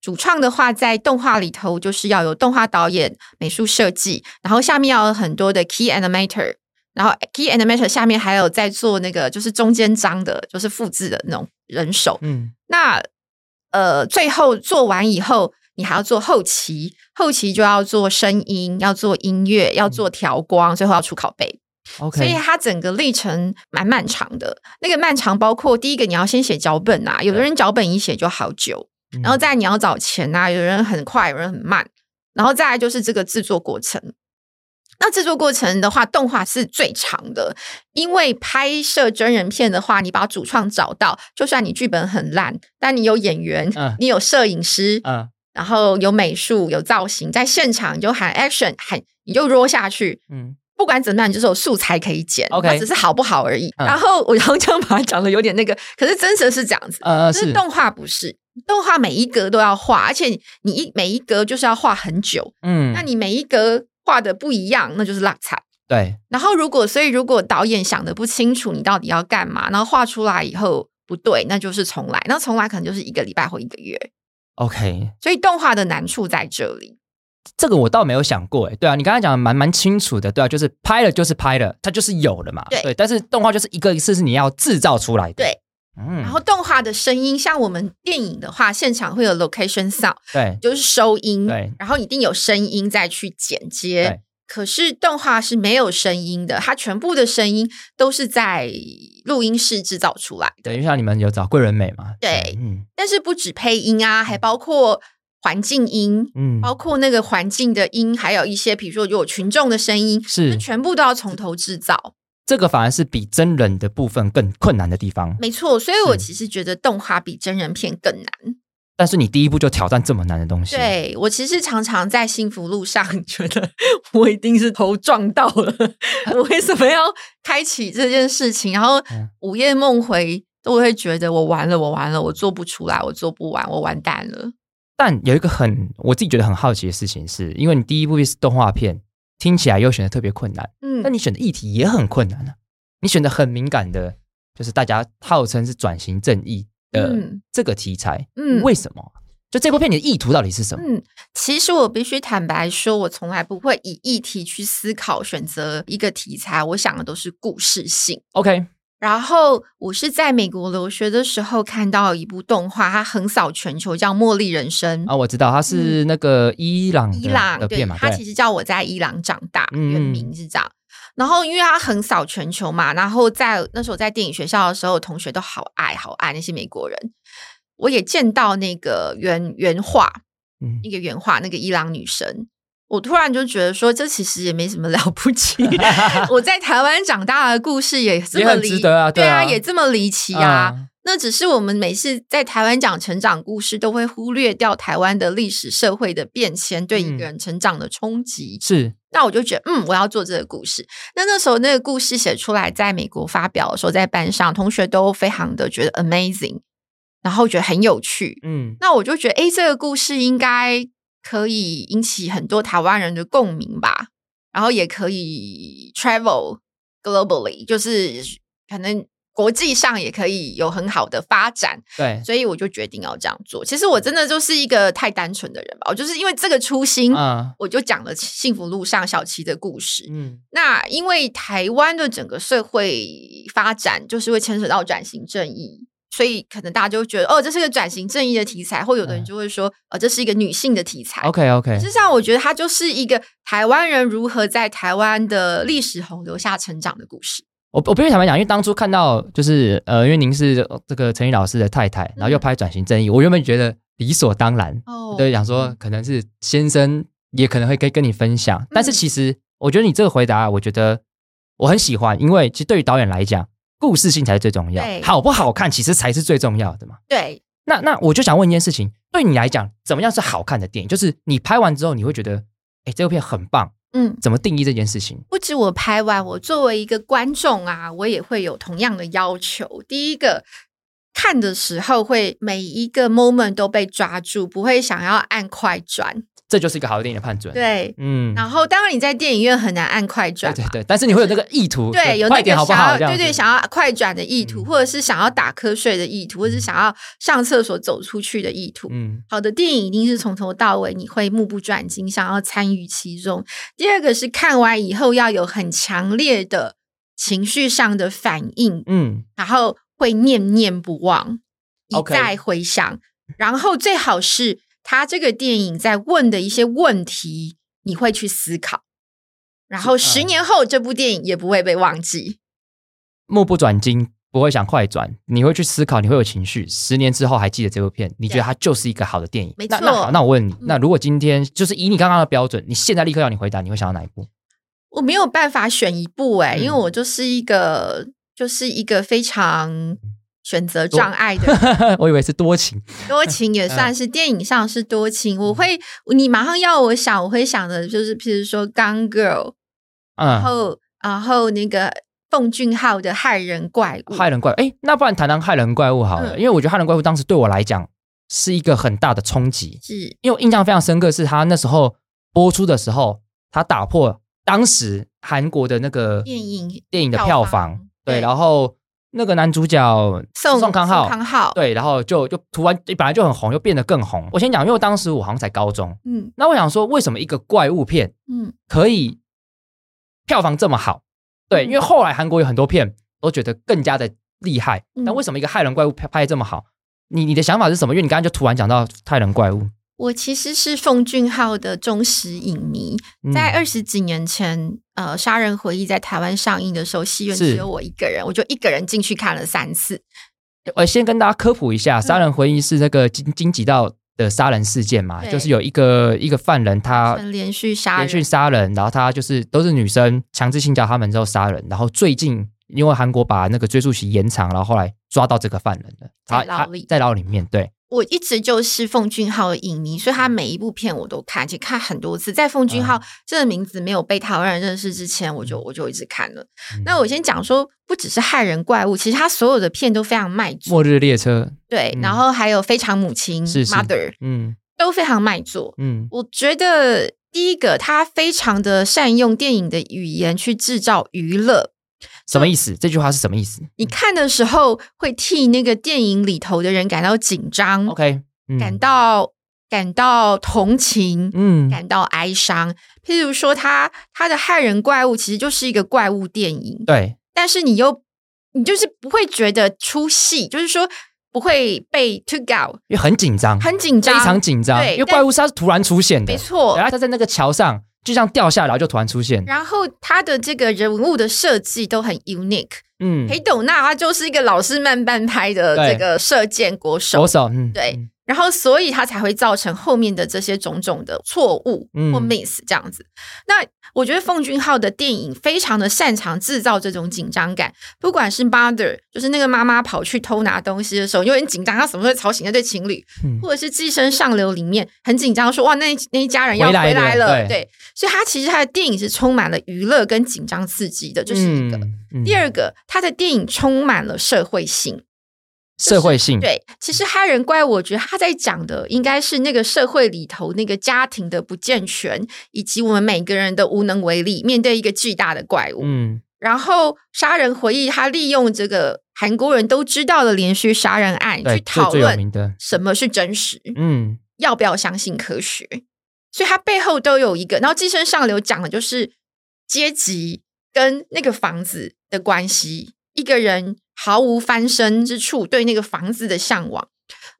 B: 主创的话，在动画里头就是要有动画导演、美术设计，然后下面要有很多的 key animator，然后 key animator 下面还有在做那个就是中间章的，就是复制的那种人手。
A: 嗯，
B: 那呃，最后做完以后，你还要做后期，后期就要做声音，要做音乐，
A: 嗯
B: 要做调光，最后要出拷贝。所以
A: OK，
B: 它整个历程蛮漫长的。那个漫长包括第一个，你要先写脚本啊，有的人脚本一写就好久，
A: 嗯
B: 然后再你要找钱啊，有人很快，有人很慢，然后再来就是这个制作过程。那制作过程的话，动画是最长的，因为拍摄真人片的话，你把主创找到，就算你剧本很烂，但你有演员，
A: 嗯
B: 你有摄影师，
A: 嗯，
B: 然后有美术，有造型，在现场你就喊 action，喊你就 roll 下去，
A: 嗯，
B: 不管怎么样，你就是有素材可以剪
A: OK
B: 它只是好不好而已。
A: 嗯
B: 然后我然后这样把它讲的有点那个，可是真实是这样子，
A: 呃
B: 可是
A: 是
B: 动画不是。动画每一格都要画，而且你一每一格就是要画很久，
A: 嗯，
B: 那你每一格画的不一样，那就是落差。
A: 对
B: 然后如果所以如果导演想的不清楚，你到底要干嘛，然后画出来以后不对，那就是重来。那重来可能就是一个礼拜或一个月。
A: OK，
B: 所以动画的难处在这里。
A: 这个我倒没有想过，哎，对啊，你刚才讲的蛮蛮清楚的，对啊，就是拍了就是拍了，它就是有了嘛，
B: 对
A: 但是动画就是一个一次是你要制造出来的，
B: 对，
A: 嗯，
B: 然后动画的声音，像我们电影的话，现场会有 location sound，
A: 对
B: 就是收音，
A: 对
B: 然后一定有声音再去剪接
A: 对。
B: 可是动画是没有声音的，它全部的声音都是在录音室制造出来。
A: 对，就像你们有找桂纶镁嘛，
B: 对
A: 嗯
B: 但是不止配音啊，还包括环境音，
A: 嗯，
B: 包括那个环境的音，还有一些比如说有群众的声音，
A: 是
B: 就全部都要从头制造。
A: 这个反而是比真人的部分更困难的地方，
B: 没错，所以我
A: 是
B: 其实觉得动画比真人片更难。
A: 但是你第一步就挑战这么难的东西，，
B: 对我其实常常在幸福路上 *laughs* 觉得我一定是头撞到了， *laughs* 我为什么要开启这件事情？然后
A: 嗯
B: 午夜梦回都会觉得我完了，我完了，我做不出来，我做不完，我完蛋了。
A: 但有一个很我自己觉得很好奇的事情是，因为你第一部是动画片，听起来又选的特别困难，
B: 嗯
A: 那，你选的议题也很困难啊。你选的很敏感的，就是大家号称是转型正义的
B: 嗯
A: 这个题材，
B: 嗯
A: 为什么？就这部片你的意图到底是什么？
B: 嗯，其实我必须坦白说，我从来不会以议题去思考选择一个题材，我想的都是故事性。
A: OK，
B: 然后我是在美国留学的时候看到一部动画，它横扫全球，叫《茉莉人生》
A: 啊，我知道它是那个伊朗的
B: 嗯伊朗
A: 的
B: 对
A: 啊呃片嘛，，
B: 他其
A: 对，
B: 实叫我在伊朗长大，
A: 嗯
B: 原名是这样。然后，因为他横扫全球嘛，然后在那时候在电影学校的时候，同学都好爱好爱那些美国人。我也见到那个原原画，
A: 嗯
B: 那个原画那个伊朗女生，我突然就觉得说，这其实也没什么了 *laughs* 不
A: *laughs*
B: 起。我在台湾长大的故事也这
A: 也
B: 么
A: 很
B: 离
A: 值得啊
B: 对
A: 对啊
B: 也这么离奇啊。
A: 啊，
B: 那只是我们每次在台湾讲成长故事，都会忽略掉台湾的历史社会的变迁对一个人成长的冲击。
A: 是
B: 那我就觉得，嗯，我要做这个故事。那那时候那个故事写出来，在美国发表的时候，在班上同学都非常的觉得 amazing，然后觉得很有趣。
A: 嗯
B: 那我就觉得，诶，这个故事应该可以引起很多台湾人的共鸣吧，然后也可以 travel globally，就是可能国际上也可以有很好的发展，
A: 对，
B: 所以我就决定要这样做。其实我真的就是一个太单纯的人吧，我就是因为这个初心。
A: 啊
B: 我就讲了幸福路上小琪的故事。
A: 嗯
B: 那因为台湾的整个社会发展，就是会牵扯到转型正义，所以可能大家就会觉得哦，这是个转型正义的题材，或有的人
A: 嗯
B: 就会说，呃，这是一个女性的题材。
A: ，OK OK，
B: 实际上，我觉得它就是一个台湾人如何在台湾的历史洪流下成长的故事。
A: 我我必须坦白讲，因为当初看到就是呃，因为您是这个陈宇老师的太太，然后又拍转型正义，我原本觉得理所当然，
B: 嗯哦
A: 对，想说可能是先生也可能会跟跟你分享，但是
B: 嗯
A: 其实我觉得你这个回答，我觉得我很喜欢，因为其实对于导演来讲，故事性才是最重要
B: 对，
A: 好不好看其实才是最重要的嘛。
B: 对，
A: 那那我就想问一件事情，对你来讲，怎么样是好看的电影？就是你拍完之后，你会觉得，哎，这部片很棒。
B: 嗯，
A: 怎么定义这件事情？
B: 不止我拍完，我作为一个观众啊，我也会有同样的要求。第一个，看的时候会每一个 moment 都被抓住，不会想要按快转。
A: 这就是一个好的电影的判准。，
B: 对，
A: 嗯，
B: 然后当然你在电影院很难按快
A: 对
B: 转
A: 对
B: 嘛。
A: 对，但是你会有那个意图，
B: 对，有那
A: 快
B: 个
A: 点
B: 想
A: 好
B: 要
A: 不好？这样
B: 对
A: 子
B: 对，想要快转的意图，
A: 嗯
B: 或者是想要打瞌睡的意图，或者是想要上厕所走出去的意图。
A: 嗯
B: 好的电影一定是从头到尾你会目不转睛，想要参与其中。第二个是看完以后要有很强烈的情绪上的反应，
A: 嗯，
B: 然后会念念不忘，一
A: OK
B: 再回想。然后最好是他这个电影在问的一些问题，你会去思考。然后
A: 是
B: 十
A: 嗯
B: 年后，这部电影也不会被忘记。
A: 目不转睛，不会想快转，你会去思考，你会有情绪。十年之后还记得这部片，你觉得它就是一个好的电影？
B: 没
A: 那
B: 错嗯
A: 那好，那我问你，那如果今天就是以你刚刚的标准，你现在立刻要你回答，你会想到哪一部？ *laughs*
B: 我没有办法选一部哎、因为
A: 嗯
B: 我就是一个就是一个非常选择障碍的人，
A: 我以为是多情，
B: 多情
A: 嗯
B: 也算是电影上是多情。我会你马上要我想，我会想的就是譬如说《Gun Girl》，
A: 嗯，
B: 然后然后那个奉俊昊的《害人怪物》，
A: 害人怪物。哎，那不然谈谈害人怪物好了，
B: 嗯
A: 因为我觉得害人怪物当时对我来讲是一个很大的冲击，
B: 是
A: 因为我印象非常深刻，是他那时候播出的时候，他打破当时韩国的那个
B: 电影
A: 电影的
B: 票
A: 票
B: 房
A: 房，
B: 对
A: 对，然后那个男主角
B: 宋
A: 宋康昊
B: 宋，康昊，
A: 对，然后就就突然本来就很红，又变得更红。我先讲，因为当时我好像才高中，
B: 嗯
A: 那我想说，为什么一个怪物片
B: 嗯，
A: 可以票房这么好？对，
B: 嗯
A: 因为后来韩国有很多片都觉得更加的厉害，
B: 嗯
A: 但为什么一个害人怪物拍拍得这么好？你你的想法是什么？因为你刚刚就突然讲到害人怪物，
B: 我其实是奉俊昊的忠实影迷，
A: 嗯
B: 在二十几年前，呃，《杀人回忆》在台湾上映的时候，戏院
A: 是
B: 只有我一个人，我就一个人进去看了三次。
A: 呃，先跟大家科普一
B: 嗯
A: 下，杀人回忆是这个金金吉道的杀人事件嘛，
B: 对
A: 就是有一个一个犯人他
B: 成连续杀
A: 连
B: 人，
A: 续杀人，然后他就是都是女生强制性交他们之后杀人，然后最近因为韩国把那个追诉期延长，然后后来抓到这个犯人了，他
B: 在牢
A: 他
B: 里
A: 在牢里面，对，
B: 我一直就是奉俊昊的影迷，
A: 嗯
B: 所以他每一部片我都看，而且看很多次。在奉俊昊这个名字没有被台湾人认识之前，我就
A: 嗯
B: 我就一直看了。那我先讲说，不只是害人怪物，其实他所有的片都非常卖
A: 嗯
B: 座，
A: 末日列车，
B: 对，
A: 嗯
B: 然后还有非常母亲
A: 是是
B: Mother
A: 嗯
B: 都非常卖座。
A: 嗯
B: 我觉得第一个，他非常的善用电影的语言去制造娱乐，
A: 什么意思？这句话是什么意思
B: 你看的时候会替那个电影里头的人感到紧张，
A: ？OK，嗯
B: 感到感到同情，
A: 嗯
B: 感到哀伤。譬如说他，他的害人怪物其实就是一个怪物电影，
A: 对，
B: 但是你又你就是不会觉得出戏，就是说不会被 to go，
A: 因为很紧张，
B: 很紧
A: 非
B: 张，
A: 常紧啊张，
B: 对
A: 因为
B: 但
A: 怪物是它是突然出现的，
B: 没错
A: 哦然。后他在那个桥上就像掉下来，然后就突然出现，
B: 然后他的这个人物的设计都很 unique。
A: 嗯，
B: 裴斗娜她就是一个老式慢半拍的
A: 对
B: 这个射箭国
A: 左，
B: 手
A: 手，嗯，
B: 对
A: 嗯，
B: 然后所以他才会造成后面的这些种种的错误
A: 嗯
B: 或 miss 这样子。那我觉得奉俊昊的电影非常的擅长制造这种紧张感，不管是 mother，就是那个妈妈跑去偷拿东西的时候，有点紧张，她什么时候会吵醒那对情侣，
A: 嗯
B: 或者是《寄生上流》里面很紧张说哇那一那一家人要
A: 回来
B: 回
A: 了
B: 来
A: 对
B: 了，对，所以他其实他的电影是充满了娱乐跟紧张刺激的，这、是一个。
A: 嗯
B: 第二个，他的电影充满了社会性。
A: 社会性，
B: 对，其实黑人怪，我觉得他在讲的应该是那个社会里头那个家庭的不健全，以及我们每个人的无能为力，面对一个巨大的怪物。
A: 嗯。
B: 然后杀人回忆，他利用这个韩国人都知道的连续杀人案
A: 对，
B: 去
A: 最
B: 讨
A: 最有
B: 论
A: 名的，
B: 什么是真实，
A: 嗯，
B: 要不要相信科学。所以它背后都有一个，然后《寄生上流》讲的就是阶级跟那个房子的关系，一个人毫无翻身之处，对那个房子的向往。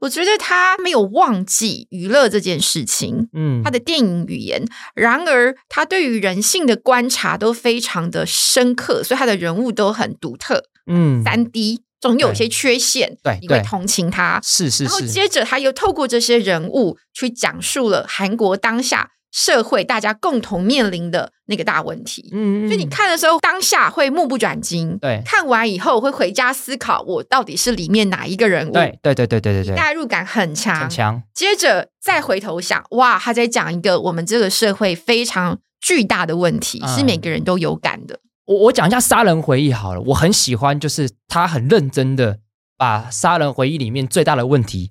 B: 我觉得他没有忘记娱乐这件事情，
A: 嗯，
B: 他的电影语言，然而他对于人性的观察都非常的深刻，所以他的人物都很独特。
A: 嗯，
B: 三 D 总有一些缺陷，
A: 对
B: 你会
A: 对
B: 同情他，
A: 是是
B: 然后
A: 是，
B: 接着他又透过这些人物去讲述了韩国当下社会大家共同面临的那个大问题。
A: 嗯，
B: 所以你看的时候，当下会目不转睛。
A: 对
B: 看完以后会回家思考，我到底是里面哪一个人物？
A: 对对对对对对对，
B: 代入感很强
A: 很。强，
B: 接着再回头想，哇，他在讲一个我们这个社会非常巨大的问题，
A: 嗯
B: 是每个人都有感的。
A: 我我讲一下《杀人回忆》好了，我很喜欢，就是他很认真的把《杀人回忆》里面最大的问题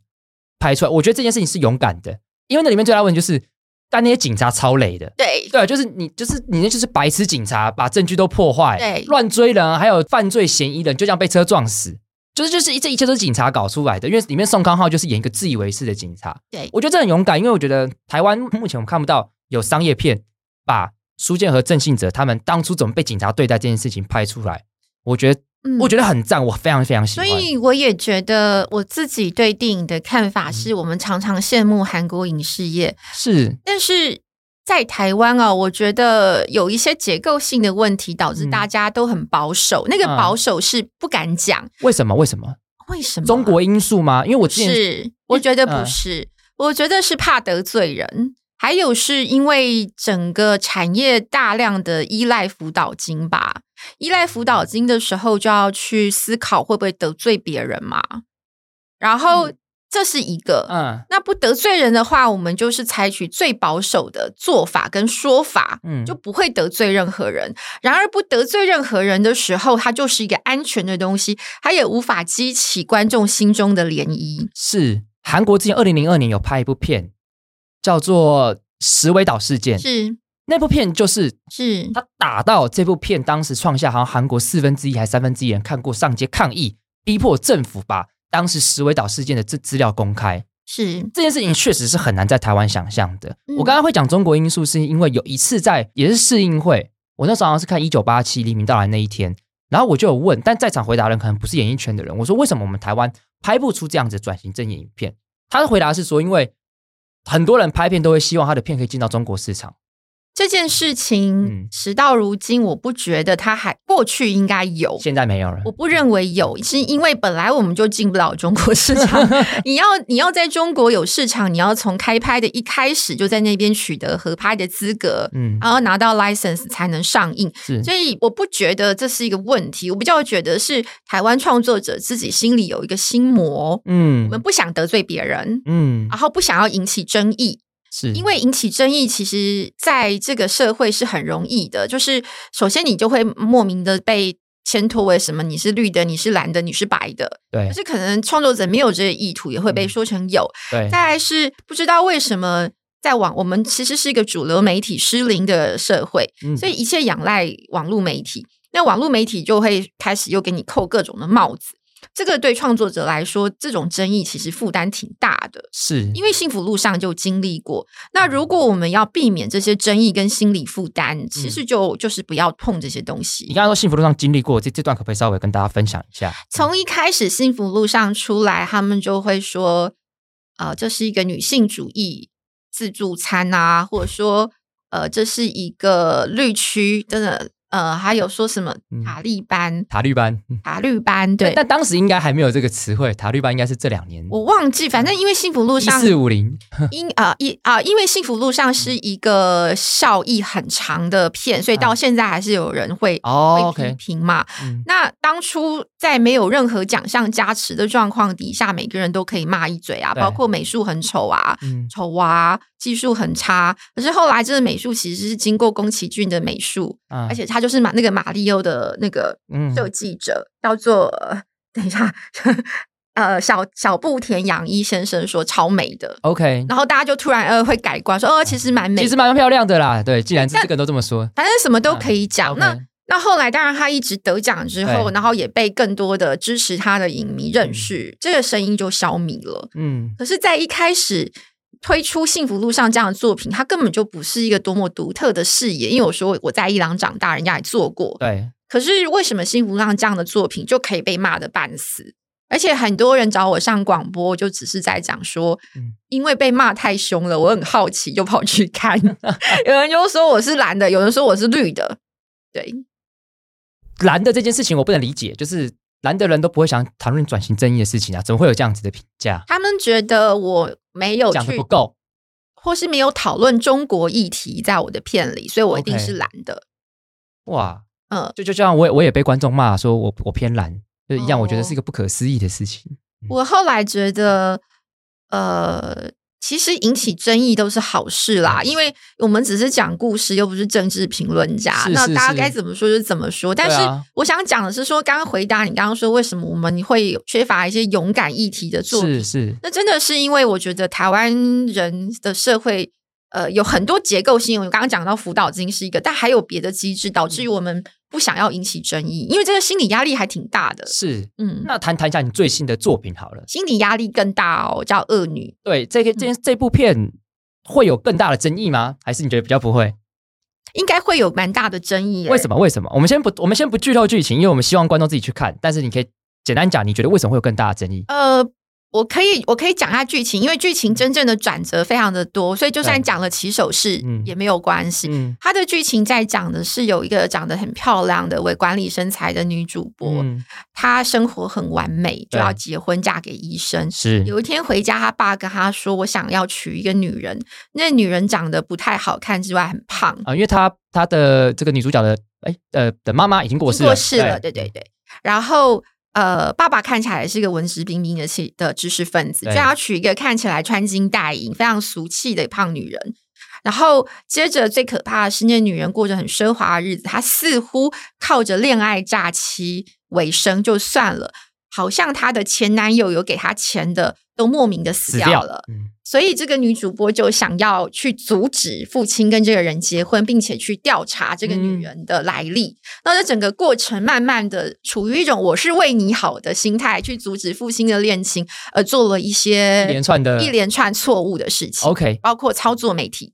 A: 拍出来。我觉得这件事情是勇敢的，因为那里面最大的问题就是，但那些警察超累的。
B: 对
A: 对，啊就是你，就是你，那就是白痴警察，把证据都破坏，
B: 对
A: 乱追人，啊还有犯罪嫌疑人就这样被车撞死，就是就是这一切都是警察搞出来的。因为里面宋康昊就是演一个自以为是的警察，
B: 对
A: 我觉得这很勇敢，因为我觉得台湾目前我们看不到有商业片把苏建和郑信哲他们当初怎么被警察对待这件事情拍出来，我觉得、
B: 嗯
A: 我觉得很赞，我非常非常喜
B: 所
A: 欢。
B: 以我也觉得我自己对电影的看法
A: 嗯
B: 是，我们常常羡慕韩国影视业，
A: 是
B: 但是在台湾哦，我觉得有一些结构性的问题导致
A: 嗯
B: 大家都很保守。那个
A: 嗯
B: 保守是不敢讲，
A: 为什么？为什么？
B: 为什么啊？
A: 中国因素吗？因为我之前
B: 是，我觉得不
A: 嗯
B: 是，我觉得是怕得罪人，还有是因为整个产业大量的依赖辅导金吧。依赖辅
A: 嗯
B: 导金的时候，就要去思考会不会得罪别人嘛。然后这是一个，
A: 嗯
B: 那不得罪人的话，我们就是采取最保守的做法跟说法，
A: 嗯
B: 就不会得罪任何人。然而，不得罪任何人的时候，它就是一个安全的东西，它也无法激起观众心中的涟漪。
A: 是韩国之前二零零二年有拍一部片叫做《石尾岛事件》，
B: 是
A: 那部片就是
B: 是，
A: 他打到这部片当时创下好像韩国四分之一还三分之一人看过上街抗议，逼迫政府把当时石尾岛事件的资资料公开。
B: 是
A: 这件事情确实是很难在台湾想象的。
B: 嗯
A: 我刚刚会讲中国因素，是因为有一次在也是试映会，我那时候好像是看《一九八七黎明到来》那一天，然后我就有问，但在场回答的人可能不是演艺圈的人，我说为什么我们台湾拍不出这样子的转型正义影片？他的回答是说，因为很多人拍片都会希望他的片可以进到中国市场。
B: 这件事情
A: 嗯，
B: 时到如今，我不觉得它还过去应该有。
A: 现在没有了，
B: 我不认为有，是因为本来我们就进不了中国市场。你要你要在中国有市场，你要从开拍的一开始就在那边取得合拍的资格，
A: 嗯，
B: 然后拿到 license 才能上映。
A: 是
B: 啊所以我不觉得这是一个问题，我比较觉得是台湾创作者自己心里有一个心魔，
A: 嗯
B: 我们不想得罪别人，
A: 嗯
B: 然后不想要引起争议，
A: 是
B: 因为引起争议，其实在这个社会是很容易的。就是首先你就会莫名的被牵拖为什么你是绿的，你是蓝的，你是白的，
A: 对
B: 可是可能创作者没有这个意图，也会被说成有。
A: 对
B: 再来是不知道为什么。在网，我们其实是一个主流媒体失灵的社会，
A: 嗯
B: 所以一切仰赖网络媒体。那网络媒体就会开始又给你扣各种的帽子，这个对创作者来说，这种争议其实负担挺大的。
A: 是
B: 因为幸福路上就经历过，那
A: 嗯
B: 如果我们要避免这些争议跟心理负担，其
A: 嗯
B: 实就就是不要碰这些东
A: 你
B: 西。
A: 刚刚说幸福路上经历过这这段，可不可以稍微跟大家分享一下？
B: 从一开始幸福路上出来，他们就会说，呃，这是一个女性主义自助餐啊，或者说，呃，这是一个绿区，真的，呃，还有说什么
A: 嗯
B: 塔利班、
A: 塔利班，嗯
B: 塔绿班，对，
A: 但当时应该还没有这个词汇，塔利班应该是这两年
B: 我忘记，反正因为幸福路
A: 一
B: 上
A: 四五零，
B: 因啊一啊，因为幸福路上是一个效益很长的片，所以到现在还是有人会、
A: 嗯哦
B: 会批
A: ，OK，
B: 评嘛。
A: 嗯
B: 那当初在没有任何奖项加持的状况底下，每个人都可以骂一嘴啊，
A: 对
B: 包括美术很丑啊。
A: 嗯
B: 丑啊，技术很差。可是后来，这个美术其实是经过宫崎骏的美术，
A: 啊
B: 而且他就是马那个马里欧的那个
A: 嗯
B: 设计者，叫做呃等一下， *laughs* 呃小小布田洋一先生说超美的，
A: OK，
B: 然后大家就突然呃会改观，说哦，其实蛮美
A: 其实，蛮漂亮的啦。对，既然是这个都这么说，
B: 反正什么都可以讲。
A: OK，
B: 那那后来，当然他一直得奖之后，
A: 对
B: 然后也被更多的支持他的影迷认识，这个声音就消弭了。
A: 嗯
B: 可是，在一开始推出《幸福路上》这样的作品，它根本就不是一个多么独特的视野，因为我说我在伊朗长大，人家也做过。
A: 对，
B: 可是为什么《幸福浪》这样的作品就可以被骂得半死？而且很多人找我上广播，就只是在讲说，
A: 嗯
B: 因为被骂太凶了，我很好奇，就跑去看。 *laughs* 有人就说我是蓝的，有人说我是绿的，对，
A: 蓝的这件事情我不能理解，就是蓝的人都不会想谈论转型正义的事情啊，怎么会有这样子的评价？
B: 他们觉得我没有
A: 讲的
B: 去
A: 不够，
B: 或是没有讨论中国议题在我的片里，所以我一定
A: OK
B: 是懒的。
A: 哇，
B: 嗯，
A: 就就这样，我也我也被观众骂说我我偏懒，就一样，
B: 哦
A: 我觉得是一个不可思议的事情。
B: 我后来觉得，呃，其实引起争议都是好事啦，因为我们只是讲故事，又不是政治评论家，
A: 是
B: 那
A: 是
B: 大家
A: 是
B: 该怎么说就怎么说。但是
A: 对啊
B: 我想讲的是说，刚刚回答你刚刚说为什么我们会缺乏一些勇敢议题的作品
A: 是是，
B: 那真的是因为我觉得台湾人的社会，呃，有很多结构性。我刚刚讲到辅导金是一个，但还有别的机制，导致于
A: 嗯
B: 我们不想要引起争议，因为这个心理压力还挺大的。
A: 是。
B: 嗯，
A: 那谈谈一下你最新的作品好了。
B: 心理压力更大哦，叫恶女。
A: 对，这个
B: 嗯
A: 这这部片会有更大的争议吗？还是你觉得比较不会？
B: 应该会有蛮大的争议耶。
A: 为什么？为什么？我们先不，我们先不剧透剧情，因为我们希望观众自己去看。但是你可以简单讲，你觉得为什么会有更大的争议？
B: 呃，我可以我可以讲一下剧情，因为剧情真正的转折非常的多，所以就算
A: 对
B: 讲了起手式
A: 哎嗯
B: 也没有关系。
A: 嗯，
B: 它的剧情在讲的是有一个长得很漂亮的为管理身材的女主播，
A: 嗯
B: 她生活很完美，就
A: 对
B: 要结婚嫁给医生。
A: 是
B: 有一天回家，她爸跟她说：“我想要娶一个女人，那女人长得不太好看之外，很胖，
A: 啊、因为她她的这个女主角的哎呃的妈妈已经过世了，嗯
B: 过世了，对对对。然后呃，爸爸看起来也是一个文质彬彬的气的知识分子，
A: 对
B: 就要娶一个看起来穿金戴银、非常俗气的胖女人。然后接着最可怕的是，那女人过着很奢华的日子，她似乎靠着恋爱假期为生就算了，好像她的前男友有给她钱的都莫名的死
A: 死
B: 掉
A: 掉
B: 了。
A: 嗯，
B: 所以这个女主播就想要去阻止父亲跟这个人结婚，并且去调查这个
A: 嗯
B: 女人的来历。那这整个过程，慢慢的处于一种我是为你好的心态去阻止父亲的恋情，而做了一些
A: 一连串的
B: 一连串错误的事情
A: OK。
B: 包括操作媒体。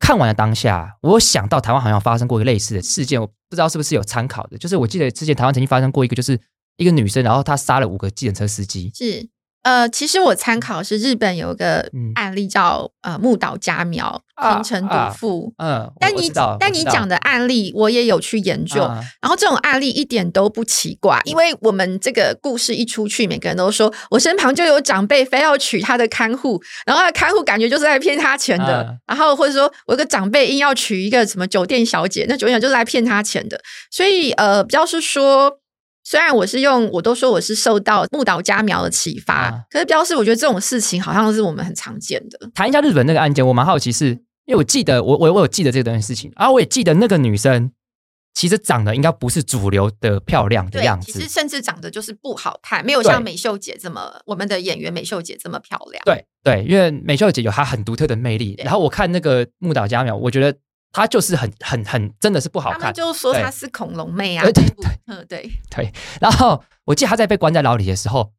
A: 看完了当下，我有想到台湾好像发生过一个类似的事件，我不知道是不是有参考的。就是我记得之前台湾曾经发生过一个，就是一个女生，然后她杀了五个计程车司机。
B: 是，呃，其实我参考是日本有一个
A: 嗯
B: 案例叫、呃木岛佳苗
A: 啊
B: 平成毒
A: 啊
B: 妇。
A: 嗯，我
B: 但
A: 我
B: 你
A: 知道
B: 但你讲的案例，我也有去研究，
A: 啊
B: 然后这种案例一点都不奇怪，因为我们这个故事一出去，每个人都说我身旁就有长辈非要娶他的看护，然后他的看护感觉就是来骗他钱的，
A: 嗯
B: 然后或者说我有个长辈硬要娶一个什么酒店小姐，那酒店小姐就是来骗他钱的，所以呃，比较是说。虽然我是用，我都说我是受到木岛佳苗的启发，
A: 啊
B: 可是标示我觉得这种事情好像是我们很常见的。
A: 谈一下日本那个案件，我蛮好奇是，因为我记得我我我有记得这个东西事情，然后我也记得那个女生其实长得应该不是主流的漂亮的
B: 对
A: 样，
B: 其实
A: 子，
B: 甚至长得就是不好看，没有
A: 对
B: 像美秀姐这么，我们的演员美秀姐这么漂亮。
A: 对对，因为美秀姐有她很独特的魅力，
B: 对
A: 然后我看那个木岛佳苗，我觉得她就是很很很真的是不好
B: 他
A: 看
B: 们，就说
A: 对
B: 她是恐龙妹啊，
A: 对对
B: 这部嗯对，
A: 然后我记得她在被关在牢里的时候，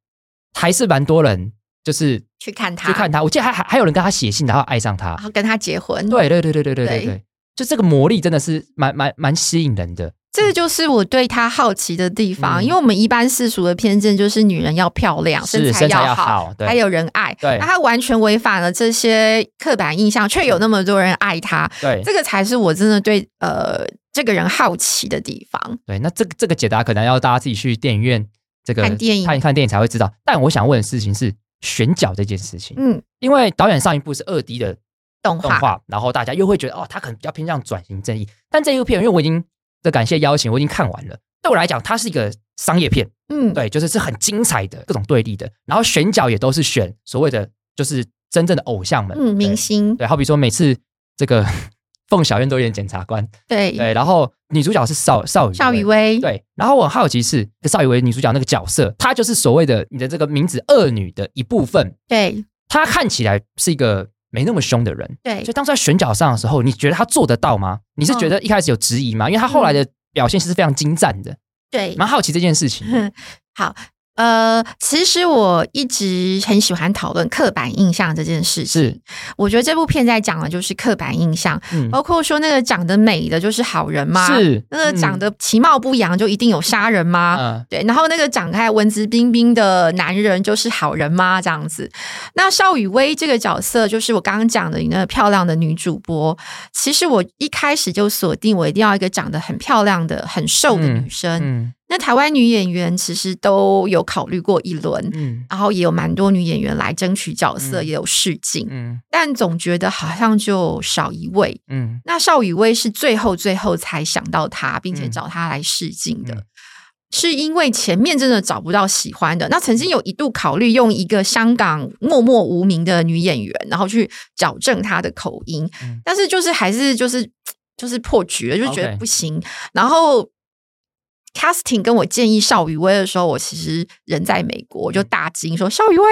A: 还是蛮多人就是
B: 去看她，
A: 去看她，我记得还还还有人跟她写信，然后爱上她
B: 然，后跟她结婚，，
A: 对对对对对对对
B: 对
A: 对，就这个魔力真的是蛮蛮蛮吸引人的，
B: 这就是我对她好奇的地方，
A: 嗯
B: 因为我们一般世俗的偏见就是女人要漂亮，
A: 是
B: 身材
A: 身材要
B: 好，
A: 好对
B: 还有啊人爱，
A: 对嗯
B: 那她完全违反了这些刻板印象，却有那么多人爱她，
A: 对。
B: 这个才是我真的对呃这个人好奇的地方。
A: 对，那这个这个解答可能要大家自己去电影院这个
B: 看电影
A: 看一看电影才会知道。但我想问的事情是选角这件事情，
B: 嗯，
A: 因为导演上一部是二 D 的
B: 动
A: 动
B: 画
A: 画，然后大家又会觉得哦，他可能比较偏向转型正义。但这部片，因为我已经的感谢邀请，我已经看完了。对我来讲，它是一个商业片，
B: 嗯，
A: 对，就是是很精彩的各种对立的，然后选角也都是选所谓的就是真正的偶像们，
B: 嗯，明
A: 对
B: 星，
A: 对，好比说每次这个 *laughs* 凤小岳都演检察官，
B: 对，
A: 对，然后女主角是邵邵雨
B: 邵雨薇，
A: 对，然后我很好奇是邵雨薇女主角那个角色，她就是所谓的你的这个名字“恶女”的一部分。
B: 对
A: 她看起来是一个没那么凶的人，
B: 对哦
A: 所以当初在选角上的时候，你觉得她做得到吗？你是觉得一开始有质疑吗？因为她后来的表现是非常精湛
B: 嗯
A: 的，
B: 对，
A: 蛮好奇这件事情。
B: *laughs* 呃，其实我一直很喜欢讨论刻板印象这件事情。
A: 是，
B: 我觉得这部片在讲的就是刻板印象，
A: 嗯，
B: 包括说那个长得美的就是好人吗？，
A: 是嗯
B: 那个长
A: 得
B: 得其貌不扬就一定有杀人吗？
A: 嗯
B: 对，然后那个长开文质彬彬的男人就是好人吗？这样子。那邵雨薇这个角色，就是我刚刚讲的你那个漂亮的女主播。其实我一开始就锁定，我一定要一个长得很漂亮的、很瘦的
A: 嗯
B: 女生。
A: 嗯
B: 那台湾女演员其实都有考虑过一轮，
A: 嗯
B: 然后也有蛮多女演员来争取角色，
A: 嗯
B: 也有试镜，
A: 嗯
B: 但总觉得好像就少一位。
A: 嗯
B: 那邵雨薇是最后最后才想到她，并且
A: 嗯
B: 找她来试镜的。
A: 嗯
B: 是因为前面真的找不到喜欢的，那曾
A: 嗯
B: 经有一度考虑用一个香港默默无名的女演员，然后去矫正她的口音，
A: 嗯
B: 但是就是还是就是就是破局了，就觉得
A: OK
B: 不行。然后 casting 跟我建议邵雨薇的时候，我其实人在美国，
A: 嗯
B: 我就大惊说邵雨薇，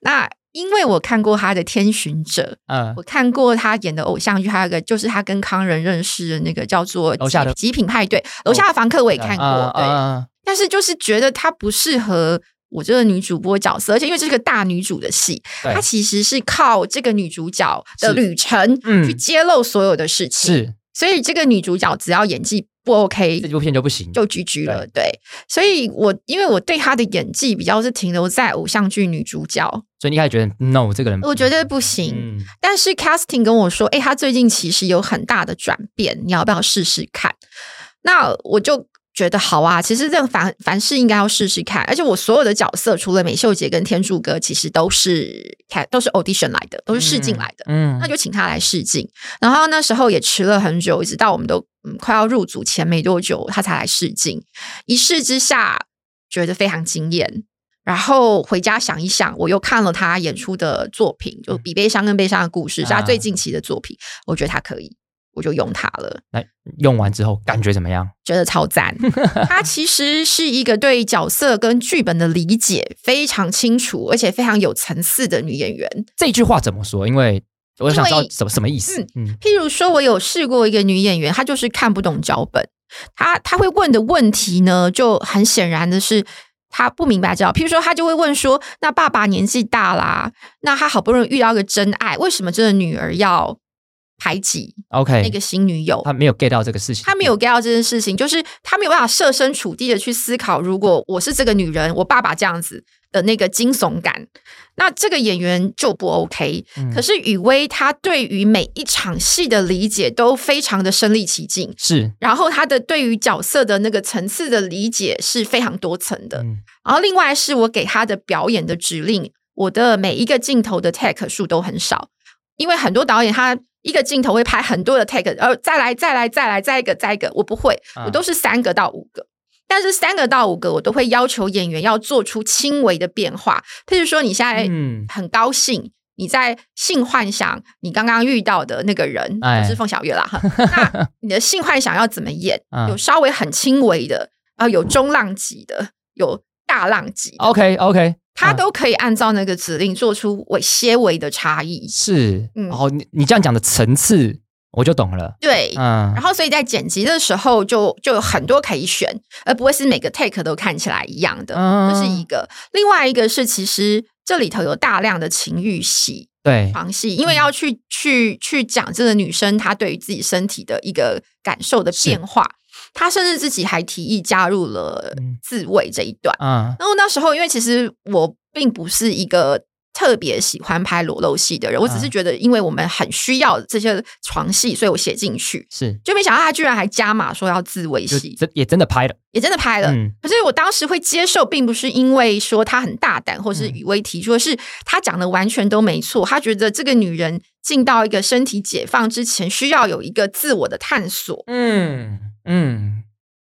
B: 那因为我看过她的《天巡者》，
A: 呃
B: 我看过他演的偶像剧，还有一个就是他跟康仁认识的那个叫做《
A: 楼下的哦
B: 极品派对》，楼下的房客我也看过，
A: 啊
B: 对。
A: 啊
B: 但是就是觉得她不适合我这个女主播角色，而且因为这是个大女主的戏，
A: 呃对
B: 她其实是靠这个女主角的
A: 是
B: 旅程
A: 嗯
B: 去揭露所有的事情，
A: 是
B: 所以这个女主角只要演技不 OK，
A: 这部片就不行，
B: 就 GG 了，对，所以我因为我对她的演技比较是停留在偶像剧女主角，
A: 所以你一开始觉得 no 这个人，
B: 我觉得不行，
A: 嗯
B: 但是 casting 跟我说，哎、他最近其实有很大的转变，你要不要试试看？那我就觉得好啊，其实这凡凡事应该要试试看。而且我所有的角色，除了美秀姐跟天柱哥，其实都是 ca- 都是 audition 来的，都是试镜来的。
A: 嗯
B: 那就请他来试镜，然后那时候也迟了很久，一直到我们都嗯快要入组前没多久，他才来试镜。一试之下，觉得非常惊艳。然后回家想一想，我又看了他演出的作品，就《比悲伤更悲伤的故事》是他
A: 啊
B: 最近期的作品，我觉得他可以，我就用他了，
A: 那用完之后感觉怎么样？
B: 觉得超赞。他其实是一个对角色跟剧本的理解非常清楚，而且非常有层次的女演员。
A: 这句话怎么说？因为我想知道什么什么意思。嗯
B: 譬如说，我有试过一个女演员，她就是看不懂脚本，她她会问的问题呢，就很显然的是她不明白这道。譬如说，她就会问说：“那爸爸年纪大啦，那他好不容易遇到个真爱，为什么这个女儿要排挤
A: ，OK，
B: 那个新女友？”
A: 他没有 get 到这个事情，
B: 她没有 get 到这件事情，就是她没有办法设身处地的去思考，如果我是这个女人，我爸爸这样子的那个惊悚感，那这个演员就不 OK。
A: 嗯
B: 可是雨薇她对于每一场戏的理解都非常的身临其境，
A: 是
B: 然后她的对于角色的那个层次的理解是非常多层的。
A: 嗯
B: 然后另外是我给她的表演的指令，我的每一个镜头的 take 数都很少，因为很多导演他。一个镜头会拍很多的 take，然后再来再来再来再一个再一个，我不会，
A: 啊
B: 我都是三个到五个。但是三个到五个，我都会要求演员要做出轻微的变化。譬如说，你现在
A: 嗯
B: 很高兴你在性幻想你刚刚遇到的那个人，
A: 哎
B: 就是凤小岳啦。哈那你的性幻想要怎么演？
A: *laughs* 嗯
B: 有稍微很轻微的，啊，有中浪级的，有大浪级的，
A: OK OK，
B: 他都可以按照那个指令做出微些微的差异。
A: 是
B: 嗯
A: 哦，你你这样讲的层次我就懂了。
B: 对，
A: 嗯
B: 然后所以在剪辑的时候就就有很多可以选，而不会是每个 take 都看起来一样的。
A: 嗯
B: 这是一个，另外一个是其实这里头有大量的情欲戏，
A: 对
B: 床戏，
A: 嗯
B: 因为要去、去去讲这个女生她对于自己身体的一个感受的变化，她甚至自己还提议加入了
A: 嗯
B: 自慰这一段。
A: 嗯
B: 然后那时候，因为其实我并不是一个特别喜欢拍裸露戏的人，我只是
A: 嗯
B: 觉得因为我们很需要这些床戏，所以我写进去。
A: 是
B: 就没想到他居然还加码说要自慰
A: 就
B: 戏，
A: 真也真的拍了，
B: 也真的拍了。
A: 嗯
B: 可是我当时会接受，并不是因为说她很大胆，或是
A: 嗯
B: 雨薇提出，是她讲的完全都没错。她觉得这个女人进到一个身体解放之前，需要有一个自我的探索。
A: 嗯嗯，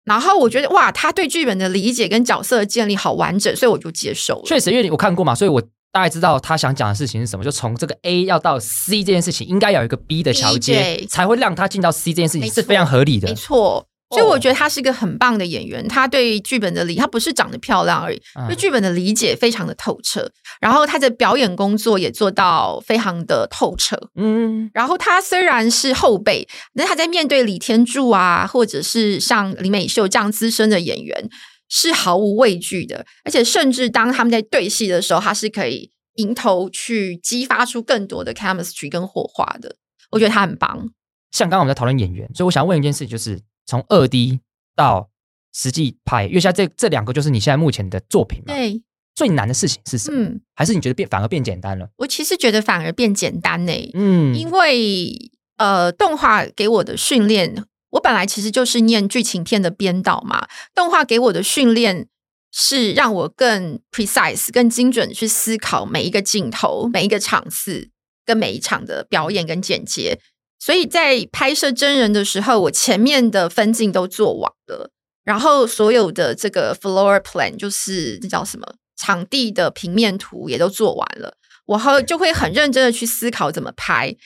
B: 然后我觉得哇，她对剧本的理解跟角色的建立好完整，所以我就接受了。
A: 确实，因为我看过嘛，所以我大概知道他想讲的事情是什么。就从这个 A 要到 C 这件事情，应该要有一个 B 的桥接，
B: 对
A: 才会让他进到 C 这件事
B: 没
A: 情
B: 错
A: 是非常合理
B: 没
A: 的。
B: 错。
A: 哦
B: 所以我觉得她是一个很棒的演员，她对剧本的理，她不是长得漂亮而已，
A: 嗯
B: 对剧本的理解非常的透彻，然后她的表演工作也做到非常的透彻。
A: 嗯
B: 然后他虽然是后辈，但他在面对李天柱啊，或者是像李美秀这样资深的演员，是毫无畏惧的。而且，甚至当他们在对戏的时候，他是可以迎头去激发出更多的 chemistry 跟火花的。我觉得他很棒。
A: 像刚刚我们在讨论演员，所以我想问一件事，就是从二 D 到实际拍，因为现在这这两个就是你现在目前的作品嘛，
B: 对，
A: 最难的事情是什么？
B: 嗯，
A: 还是你觉得变反而变简单了？
B: 我其实觉得反而变简单呢、
A: 嗯
B: 因为呃，动画给我的训练我本来其实就是念剧情片的编导嘛，动画给我的训练是让我更 precise、更精准地去思考每一个镜头、每一个场次跟每一场的表演跟剪接。所以在拍摄真人的时候，我前面的分镜都做完了，然后所有的这个 floor plan 就是那叫什么场地的平面图也都做完了，我后就会很认真的去思考怎么拍。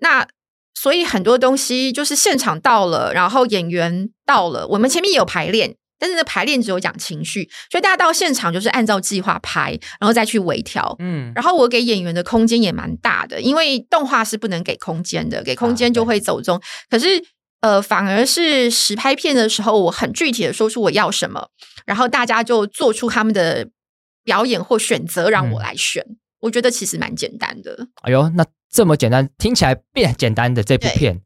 B: 那所以很多东西就是现场到了，然后演员到了，我们前面也有排练，但是呢排练只有讲情绪，所以大家到现场就是按照计划拍，然后再去微调。
A: 嗯，
B: 然后我给演员的空间也蛮大的，因为动画是不能给空间的，给
A: 啊
B: 空间就会走中。可是呃，反而是实拍片的时候，我很具体的说出我要什么，然后大家就做出他们的表演或选择，让
A: 嗯
B: 我来选。我觉得其实蛮简单的，
A: 哎呦，那这么简单，听起来变简单的这部
B: 对
A: 片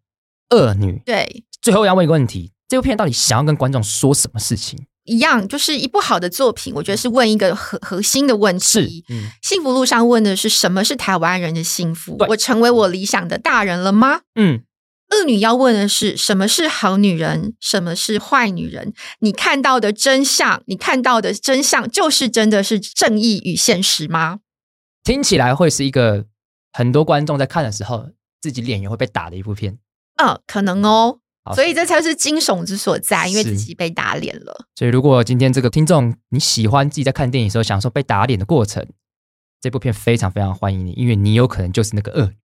A: 《恶女》，
B: 对。
A: 最后要问一个问题：这部片到底想要跟观众说什么事情？
B: 一样，就是一部好的作品，我觉得是问一个核核心的问题。
A: 是，嗯
B: 幸福路上问的是什么是台湾人的幸福
A: 对？
B: 我成为我理想的大人了吗？
A: 嗯，
B: 恶女要问的是什么是好女人，什么是坏女人？你看到的真相，你看到的真相就是真的是正义与现实吗？
A: 听起来会是一个很多观众在看的时候自己脸也会被打的一部片。
B: 嗯，可能哦
A: 好。
B: 所以这才是惊悚之所在，因为
A: 是
B: 自己被打脸了。
A: 所以，如果今天这个听众你喜欢自己在看电影的时候享受被打脸的过程，这部片非常非常欢迎你，因为你有可能就是那个恶女。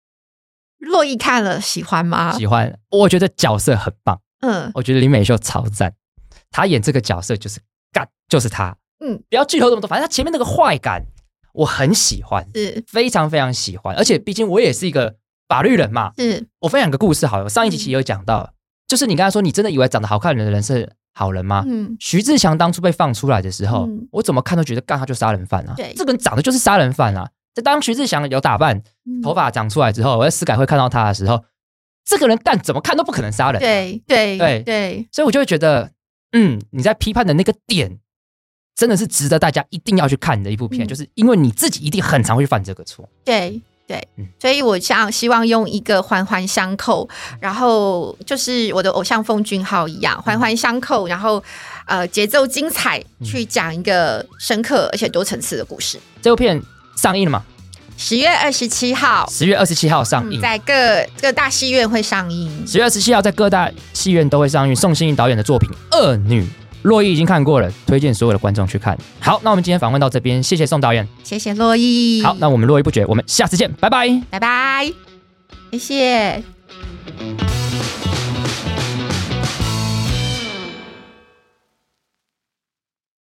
B: 洛伊看了喜欢吗？
A: 喜欢，我觉得角色很棒，
B: 嗯，
A: 我觉得林美秀超赞，她演这个角色就是干，就是她。
B: 嗯，
A: 不要剧透这么多，反正她前面那个坏感我很喜欢，
B: 是
A: 非常非常喜欢，而且毕竟我也是一个法律人嘛，
B: 是，
A: 我分享个故事好了，我上一集其实
B: 嗯
A: 有讲到，就是你刚才说，你真的以为长得好看的人是好人吗？
B: 嗯，
A: 徐志强当初被放出来的时候，
B: 嗯
A: 我怎么看都觉得，干他就杀人犯啊！
B: 对
A: 这个人长得就是杀人犯啊！在当徐志强有打扮、
B: 嗯
A: 头发长出来之后，我在司改会看到他的时候，这个人但怎么看都不可能杀人、，
B: 对对
A: 对
B: 对，
A: 所以我就会觉得，嗯，你在批判的那个点，真的是值得大家一定要去看的一部片，
B: 嗯
A: 就是因为你自己一定很常会犯这个错。
B: 对对
A: 嗯，
B: 所以我想希望用一个环环相扣，然后就是我的偶像奉俊昊一样，
A: 嗯
B: 环环相扣，然后呃节奏精彩，去讲一个深刻而且多层次的故事。
A: 这部片上映了嘛？
B: 十月二十七号，
A: 十月二十七号上映。
B: 嗯，在各各大戏院会上映。
A: 十月十七号在各大戏院都会上映宋欣怡导演的作品《恶女》，洛伊已经看过了，推荐所有的观众去看。好，那我们今天访问到这边，谢谢宋导演。
B: 谢谢洛伊，
A: 好，那我们络绎不绝，我们下次见，拜拜。
B: 拜拜，谢谢。